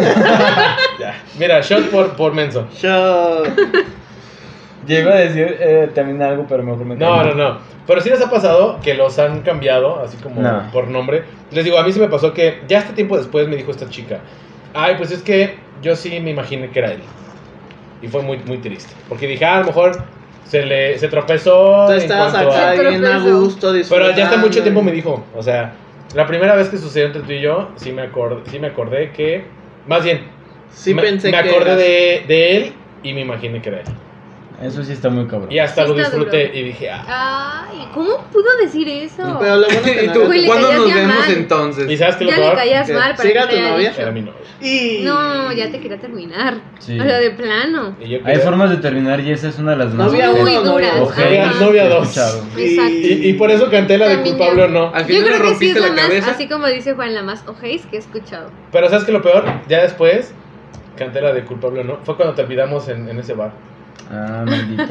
S1: ya. Mira, shot por, por menso. [laughs]
S4: Yo.
S5: Yo iba a decir eh, también algo, pero mejor me
S1: No, no, no. Pero sí les ha pasado que los han cambiado, así como
S5: No.
S1: por nombre. Les digo, a mí se me pasó que ya este tiempo después me dijo esta chica, ay, pues es que yo sí me imaginé que era él. Y fue muy, muy triste. Porque dije, ah, a lo mejor se le se tropezó.
S4: Tú
S1: en
S4: estabas
S1: cuanto a-
S4: acá
S2: Pero
S4: bien a
S2: pensó.
S4: gusto, disfrutando.
S1: Pero ya hace mucho tiempo me dijo, o sea, la primera vez que sucedió entre tú y yo, sí me, acordé, sí me acordé que, más bien,
S4: Sí
S1: me,
S4: pensé
S1: me
S4: que.
S1: acordé
S4: eras-
S1: de, de él y me imaginé que era él.
S5: Eso sí está muy cabrón.
S1: Y hasta
S2: Sí
S1: lo
S2: está duro.
S1: disfruté y dije, ah,
S2: Ay, ¿cómo pudo decir eso?
S4: Pero
S2: [laughs]
S4: lo bueno que
S3: [laughs] ¿Y
S4: no
S3: tú?
S2: Güey, le
S3: ¿Cuándo
S2: caías
S3: nos
S2: ya
S3: vemos
S2: mal.
S1: ¿Y
S3: entonces?
S1: sabes qué es lo
S2: ya le
S1: peor?
S2: caías
S4: ¿Qué?
S2: mal para
S4: ¿Siga
S2: que te
S4: tu
S2: haya
S4: novia?
S2: dicho.
S1: Era mi novia.
S4: Y...
S2: No, ya te quería terminar.
S5: Sí.
S2: O sea, de plano.
S1: Y yo
S5: Hay
S1: quería-
S5: formas de terminar y esa es una de las más
S4: Novia
S5: ojetes
S2: Muy
S4: uno, novia
S2: duras.
S4: dos.
S5: Ojetes
S1: Novia-
S2: Ajá.
S5: que
S1: novia
S5: he
S1: dos.
S5: escuchado.
S2: Exacto.
S1: Y, y por eso canté la de
S2: También
S1: culpable
S2: ya.
S1: o no.
S3: Al
S2: Yo
S3: final le
S2: creo que sí es
S3: rompiste
S2: la
S3: la
S2: más,
S3: cabeza.
S2: así como dice Juan, la más ojéis que he escuchado.
S1: Pero ¿sabes qué es lo peor? Ya después canté la de culpable o no. Fue cuando te olvidamos en, en ese bar.
S5: Ah, maldito.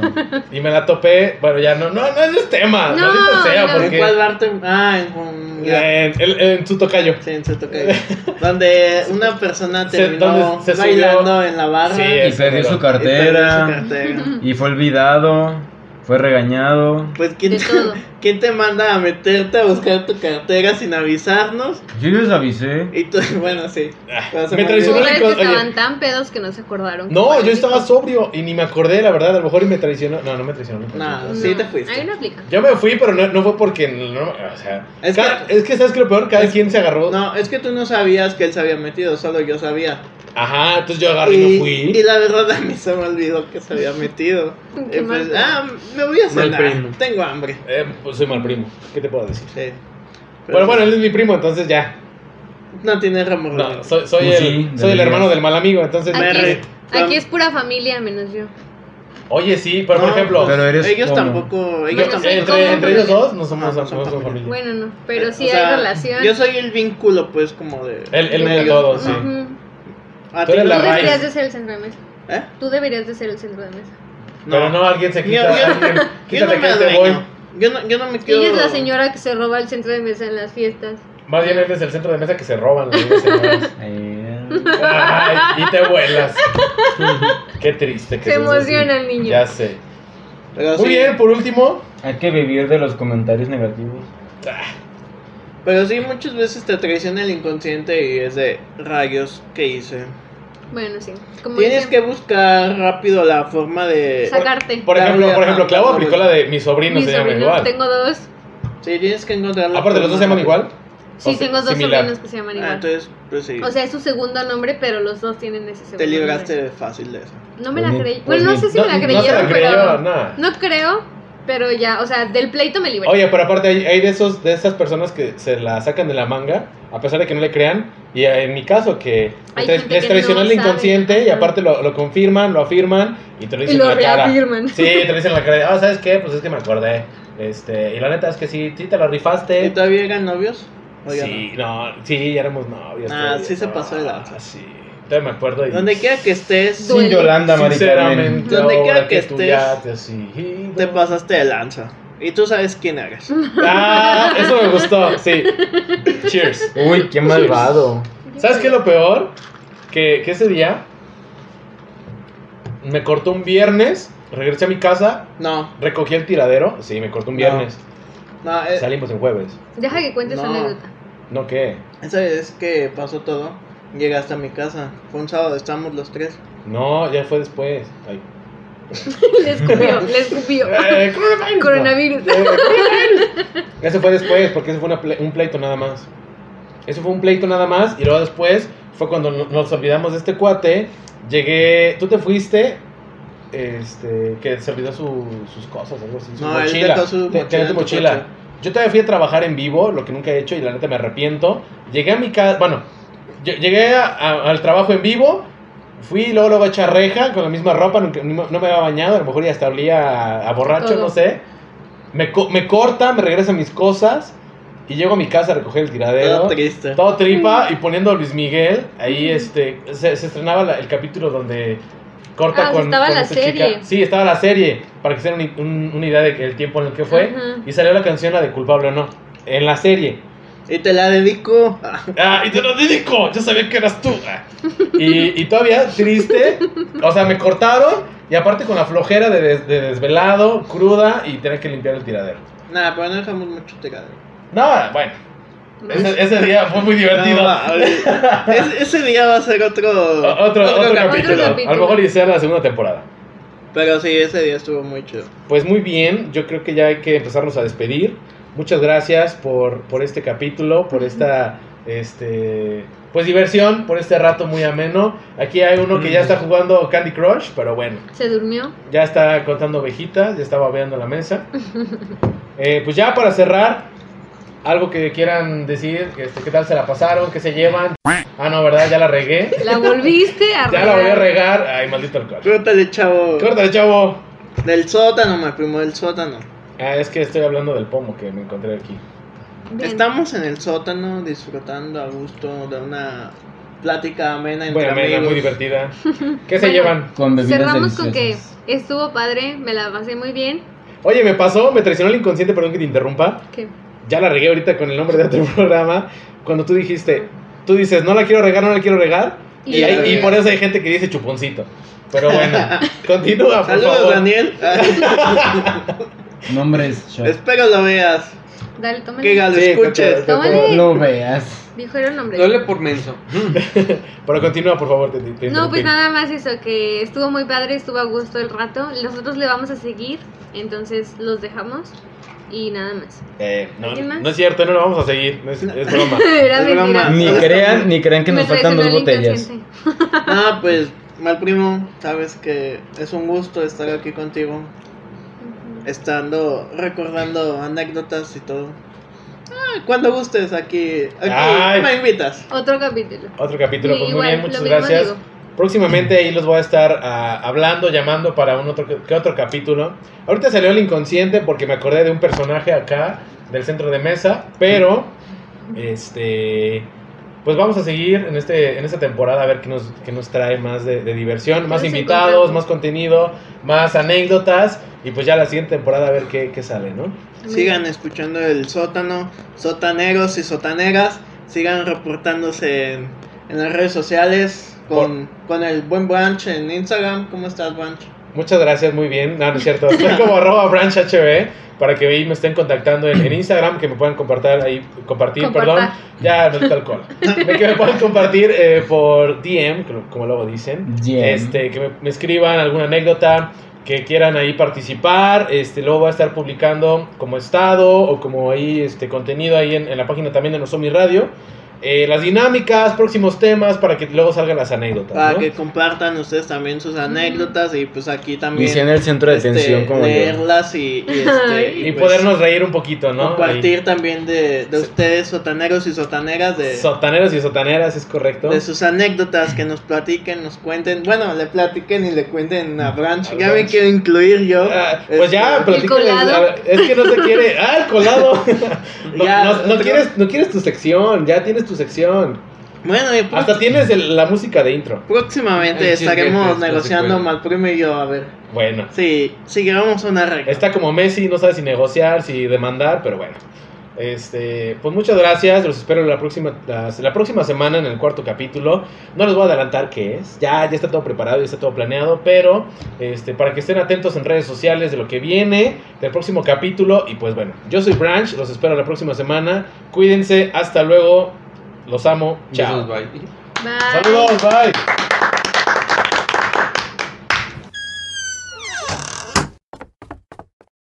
S1: Y me la topé, bueno, ya no, no, no ese es este tema,
S2: No,
S1: maldito sea,
S2: no.
S4: ¿En cuál
S1: porque Eh,
S4: bar te- Ah, en un...
S1: en, en- en su tocayo.
S4: Sí, en Sotocayo. Donde una persona
S1: Se-
S4: terminó
S1: donde se subió-
S4: bailando en la barra.
S1: Sí,
S4: y
S5: Y perdió su cartera.
S4: perdió su cartera.
S5: Y fue olvidado. Fue regañado.
S4: Pues, ¿quién
S2: De
S4: te, [laughs]
S2: todo.
S4: ¿quién te manda a meterte a buscar tu cartera sin avisarnos?
S5: Yo les avisé.
S4: Y tú, [laughs] bueno, sí. Pero Ah, se
S1: me traicionó
S4: olvidó.
S1: la-
S2: Pobres que
S1: oye.
S2: estaban tan pedos que no se acordaron. que
S1: No,
S2: fueron
S1: yo estaba
S2: ricos.
S1: sobrio y ni me acordé, la verdad, a lo mejor y me traicionó. No, no me traicionó. no me traicionó.
S4: No, sí te
S2: Ahí
S4: fuiste.
S2: no aplica.
S1: Yo me fui, pero no, no fue porque no, o sea,
S4: Es
S1: es,
S4: que-
S1: que, es que sabes que lo peor, cada quien se agarró.
S4: No, es que tú no sabías que él se había metido, solo yo sabía.
S1: Ajá, entonces yo agarré y,
S4: Y,
S1: no fui.
S4: y la verdad a mí se me olvidó que se había metido.
S2: Qué
S4: Y pues,
S2: mal.
S4: ah, me voy a
S3: Mal primo.
S4: cenar. Tengo hambre.
S1: Eh, pues soy mal primo. ¿Qué te puedo decir?
S4: Sí.
S1: Pero bueno, él es mi primo, entonces ya.
S4: No tiene remordimiento.
S1: No, soy, soy
S5: Pues sí,
S1: el, soy el
S5: deberías.
S1: hermano del mal amigo, entonces.
S4: Ay.
S2: Aquí
S4: Merry.
S2: es, aquí es pura familia, menos yo.
S1: Oye, sí, pero por
S4: No,
S1: ejemplo,
S5: Pero eres
S4: ellos
S5: como-
S4: tampoco, ellos
S2: Bueno,
S4: tampoco.
S2: sí,
S1: entre,
S2: ¿cómo?
S1: entre ellos dos no somos,
S4: No, Ah, pues,
S1: no
S4: no
S1: somos
S4: somos
S1: familia.
S2: Bueno, no, pero sí
S4: Eh, O
S2: hay
S4: sea,
S2: relación.
S4: Yo soy el vínculo, pues, como de. Ah,
S1: Él, él me
S4: de
S1: dio
S4: ellos.
S1: todo, sí.
S2: Ujú.
S4: ¿A
S1: Eh, Tú
S4: ti
S1: eres
S4: no?
S1: la
S2: Tú
S1: raíz.
S2: deberías de ser el centro de mesa.
S4: ¿Eh?
S2: Tú deberías de ser el centro de mesa.
S1: Pero no, alguien se quita.
S4: Yo- yo-
S1: alguien-
S4: Yo no
S1: quítate este
S4: me
S1: que te voy.
S4: adueño. Yo no, yo no me quiero.
S2: Ella es la señora que se roba el centro de mesa en las fiestas.
S1: Más bien él es el centro de mesa que se roban las
S4: [laughs]
S1: mismas señoras.
S5: Eh,
S1: Ay, y te vuelas. [laughs] Qué triste que
S2: Se
S1: seas así.
S2: emociona el niño.
S1: Ya sé.
S4: Pero
S1: Muy
S4: sí,
S1: bien, por último.
S5: Hay que vivir de los comentarios negativos.
S4: Pero sí, muchas veces te traiciona el inconsciente y es de rayos que hice.
S2: Bueno, sí. Como
S4: Tienes
S2: dicen,
S4: que buscar rápido la forma de.
S2: sacarte.
S1: Por
S4: Ya,
S1: ejemplo,
S4: ya,
S1: por ejemplo,
S4: ya,
S1: Clau
S4: ya, ya.
S1: aplicó la de mi sobrino,
S2: Mi
S1: se llama
S2: sobrino,
S1: igual.
S2: tengo dos.
S4: Sí, tienes que encontrar la
S1: Aparte, los dos se
S4: forma
S1: llaman igual.
S2: Sí,
S1: O sea,
S2: tengo dos
S1: similar.
S2: sobrinos que se llaman
S4: Ah,
S2: igual.
S4: entonces, pues sí.
S2: o sea, es su segundo nombre, pero los dos tienen ese segundo
S4: te libraste
S2: nombre.
S4: fácil de eso.
S2: No me la
S5: Pues ni-
S2: creí.
S5: pues
S2: Bueno, no
S5: ni-
S2: sé si
S1: no,
S2: me la
S1: no se
S2: creyeron,
S1: la creyó,
S2: pero.
S1: nada.
S2: No creo, pero ya. O sea, del pleito me libré.
S1: Oye, pero aparte hay, hay de esos de esas personas que se la sacan de la manga, a pesar de que no le crean, y eh, en mi caso que
S2: Hay
S1: les,
S2: gente
S1: les
S2: que
S1: traicionó
S2: no
S1: el inconsciente
S2: sabe.
S1: y aparte lo, lo confirman, lo afirman y te lo
S2: y
S1: dicen
S2: lo
S1: en la cara.
S2: reafirman.
S1: Sí, te lo dicen en la cara, de, ah, ¿sabes qué? Pues es que me acordé. Este, y la neta es que sí, sí te la
S4: ¿Y
S1: rifaste.
S4: todavía eran novios? O ya
S1: Sí, no, sí, ya éramos novios.
S4: Ah,
S1: todavía,
S4: sí se
S1: no,
S4: pasó de lanza.
S1: Sí, todavía me acuerdo.
S4: no?
S1: Y,
S4: Donde quiera que estés,
S2: Duele.
S5: Sin Yolanda, Mari Carmen.
S1: Sinceramente,
S4: Donde
S1: ahora
S4: quiera
S1: que
S4: que
S1: tú
S4: estés,
S1: ya te has ido.
S4: te pasaste de lanza. Y tú sabes quién eres.
S2: Mm.
S1: Ah, eso me gustó, sí. Cheers.
S5: Uy, qué malvado.
S1: ¿Sabes qué es lo peor? Que, que ese día me cortó un viernes, regresé a mi casa,
S4: No,
S1: recogí el tiradero. Sí, me cortó un viernes.
S4: no, eh,
S1: Salimos en jueves.
S2: Deja que cuentes
S4: No.
S2: una anécdota. [laughs]
S1: ¿No qué?
S4: Esa vez que pasó todo, llegaste a mi casa. Fue un sábado, estábamos los tres.
S1: No, ya fue después. Ay.
S2: le escupió, le escupió.
S1: [laughs] Eh, coronavirus.
S2: Coronavirus.
S1: No. Eh, coronavirus. [laughs] Ese fue después, porque ese fue una ple- un pleito nada más. Eso fue un pleito nada más, y luego después fue cuando no- nos olvidamos de este cuate. Llegué, tú te fuiste, este, que se olvidó su- sus cosas, algo así. Su
S4: No, él
S1: mochila.
S4: dejó su
S1: Te-
S4: mochila
S1: tenía
S4: en
S1: tu
S4: tu
S1: mochila.
S4: coche.
S1: Yo todavía fui a trabajar en vivo, lo que nunca he hecho, y la neta me arrepiento. Llegué a mi casa, bueno, yo- llegué a- a- al trabajo en vivo, Fui luego, luego a echar reja con la misma ropa, nunca- no, no me había bañado, a lo mejor ya hasta olía a, a borracho,
S2: Todo.
S1: no sé. Me, co- me corta, me regresa mis cosas y llego a mi casa a recoger el tiradero.
S4: Todo
S1: Todo,
S4: triste.
S1: tripa y poniendo a Luis Miguel. Ahí este, se, se estrenaba la- el capítulo donde corta
S2: Ah, o sea,
S1: con.
S2: estaba
S1: con
S2: la
S1: esta
S2: serie.
S1: chica. Sí, estaba la serie, para que se den un- un- una idea del tiempo en el que fue.
S2: Ajá.
S1: Y salió la canción, la de culpable o no, en la
S2: [laughs]
S1: serie.
S4: Y te la dedico.
S1: Ah, y te lo dedico, yo sabía que eras tú. Ah. Y, y todavía triste, o sea, me cortaron y aparte con la flojera de, des- de desvelado, cruda y tener que limpiar el tiradero.
S4: Nada, pero no dejamos mucho tiradero.
S1: No, bueno, ese, ese día fue muy divertido.
S4: No, va, es- ese día va a ser otro,
S1: O- otro, otro capítulo.
S2: Otro capítulo.
S1: a lo mejor iniciar la segunda temporada.
S4: Pero sí, ese día estuvo muy chido.
S1: Pues muy bien, yo creo que ya hay que empezarnos a despedir. Muchas gracias por, por este capítulo, por esta este pues diversión, por este rato muy ameno. Aquí hay uno que ya está jugando Candy Crush, pero bueno,
S2: Se durmió.
S1: ya está contando ovejitas, ya está babeando la mesa. Eh, pues ya para cerrar, algo que quieran decir, este, qué tal se la pasaron, qué se llevan. Ah, no, ¿verdad? Ya la regué.
S2: La volviste a
S1: Ya la voy a
S2: regar.
S1: regar. Ay, maldito alcohol.
S4: Córtale, chavo.
S1: Córtale, chavo.
S4: Del sótano, me primo, del sótano.
S1: Ah, es que estoy hablando del pomo que me encontré aquí.
S2: Bien.
S4: Estamos en el sótano disfrutando a gusto de una plática amena entre
S1: Bueno, amena,
S4: amigos.
S1: muy divertida. ¿Qué se
S2: Bueno.
S1: llevan?
S5: Con bebidas
S2: Cerramos con que
S5: deliciosas.
S2: Estuvo padre, me la pasé muy bien.
S1: Oye, me pasó, me traicionó el inconsciente, perdón que te interrumpa.
S2: ¿Qué?
S1: Ya la regué ahorita con el nombre de otro [laughs] programa. Cuando tú dijiste, tú dices, no la quiero regar, no la quiero regar.
S2: Y
S1: Y,
S2: la
S1: hay- y
S2: regas.
S1: por eso hay gente que dice chuponcito. Pero
S2: [laughs]
S1: bueno, continúa, por
S4: Saludos,
S1: favor.
S4: Daniel. [laughs]
S7: Nombres, yo.
S4: Espero lo veas.
S2: Dale, tómale.
S4: Que lo
S1: Sí,
S4: escuches.
S1: que-
S2: Tómale.
S7: Lo veas.
S2: Dijeron nombre.
S3: Dole por menso.
S1: Pero continúa, por favor, te- te
S2: No,
S1: interrumpí.
S2: pues nada más eso, que estuvo muy padre, estuvo a gusto el rato. Nosotros le vamos a seguir, entonces los dejamos y nada más. [laughs]
S1: Eh, no,
S2: ¿Alguien más?
S1: no es cierto, no lo vamos a seguir. no es, es
S2: [laughs]
S1: broma.
S2: Era
S4: Es
S1: Pues
S4: broma.
S2: mentira.
S7: Ni
S4: Solo
S7: crean,
S4: estamos-
S7: ni crean que nos faltan
S2: traicionó
S7: dos
S2: el
S7: botellas.
S2: inconsciente.
S4: Ah, pues, mal primo, sabes que es un gusto estar aquí contigo. Estando recordando anécdotas y todo. Ah, cuando gustes, aquí, aquí
S1: Ay.
S4: me invitas.
S2: Otro capítulo.
S1: Otro capítulo. Pues muy
S2: Igual,
S1: bien,
S2: lo
S1: muchas
S2: mismo
S1: gracias.
S2: digo.
S1: Próximamente ahí los voy a estar ah, hablando, llamando para un otro que otro capítulo. Ahorita salió el inconsciente porque me acordé de un personaje acá del centro de mesa, pero este pues vamos a seguir en este en esta temporada a ver qué nos qué nos trae más de, de diversión, más
S2: nos
S1: invitados,
S2: encontramos?
S1: más contenido, más anécdotas y pues ya la siguiente temporada a ver qué, qué sale, ¿no?
S4: Sigan escuchando el sótano, sotaneros y sotaneras. Sigan reportándose en, en las redes sociales con, con el buen Branch en Instagram. ¿Cómo estás, Branch?
S1: Muchas gracias, muy bien. No, no es cierto. Estoy como arroba branchhb para que ahí me estén contactando en, en Instagram, que me puedan compartir ahí, compartir,
S2: Compartar.
S1: perdón. Ya, no es tal cual. De que me puedan compartir eh, por DM, como- como luego dicen.
S7: Bien.
S1: Este, que me, me escriban alguna anécdota, que quieran ahí participar. Este, luego voy a estar publicando como estado o como ahí este contenido ahí en, en la página también de Nosomi Radio. Eh, las dinámicas, próximos temas, para que luego salgan las anécdotas.
S4: Para
S1: ¿no?
S4: que compartan ustedes también sus anécdotas y pues aquí
S7: Y
S4: también
S7: sean el centro de
S4: este,
S7: atención como yo.
S4: leerlas y, y, este,
S1: Y
S4: pues,
S1: podernos reír un poquito, ¿no? Ahí.
S4: compartir también de, de ustedes, sotaneros y sotaneras, de,
S1: Sotaneros y sotaneras, es correcto.
S4: de sus anécdotas que nos platiquen, nos cuenten. Bueno, le platiquen y le cuenten a Branch.
S1: A
S4: Ya me
S1: Branch.
S4: quiero incluir yo.
S1: Ah, pues ya,
S4: Este,
S2: El
S1: platícales,
S2: colado.
S1: a ver, Es que no te
S4: [laughs]
S1: quiere. ¡Ah, el colado! No,
S4: Ya,
S1: no- no
S4: otro.
S1: quieres, no quieres tu sección, ya tienes tu sección.
S4: Bueno, y pues,
S1: Hasta tienes el- la música de intro.
S4: próximamente
S3: Ay, sí,
S4: estaremos
S3: es que-
S4: negociando
S3: es que-
S4: mal primo y yo, a ver.
S1: Bueno,
S4: Sí, sí, llevamos una regla.
S1: está como Messi, no sabe si negociar, si demandar, pero bueno. Este, pues muchas gracias, los espero la próxima, las- la, próxima semana en el cuarto capítulo. No les voy a adelantar qué es, ya, ya está todo preparado, ya está todo planeado, pero este, para que estén atentos en redes sociales de lo que viene, del próximo capítulo. Y pues bueno, yo soy Branch, los espero la próxima semana. Cuídense, hasta luego, los amo, chao.
S3: Besos, bye.
S2: Bye.
S1: Saludos, bye.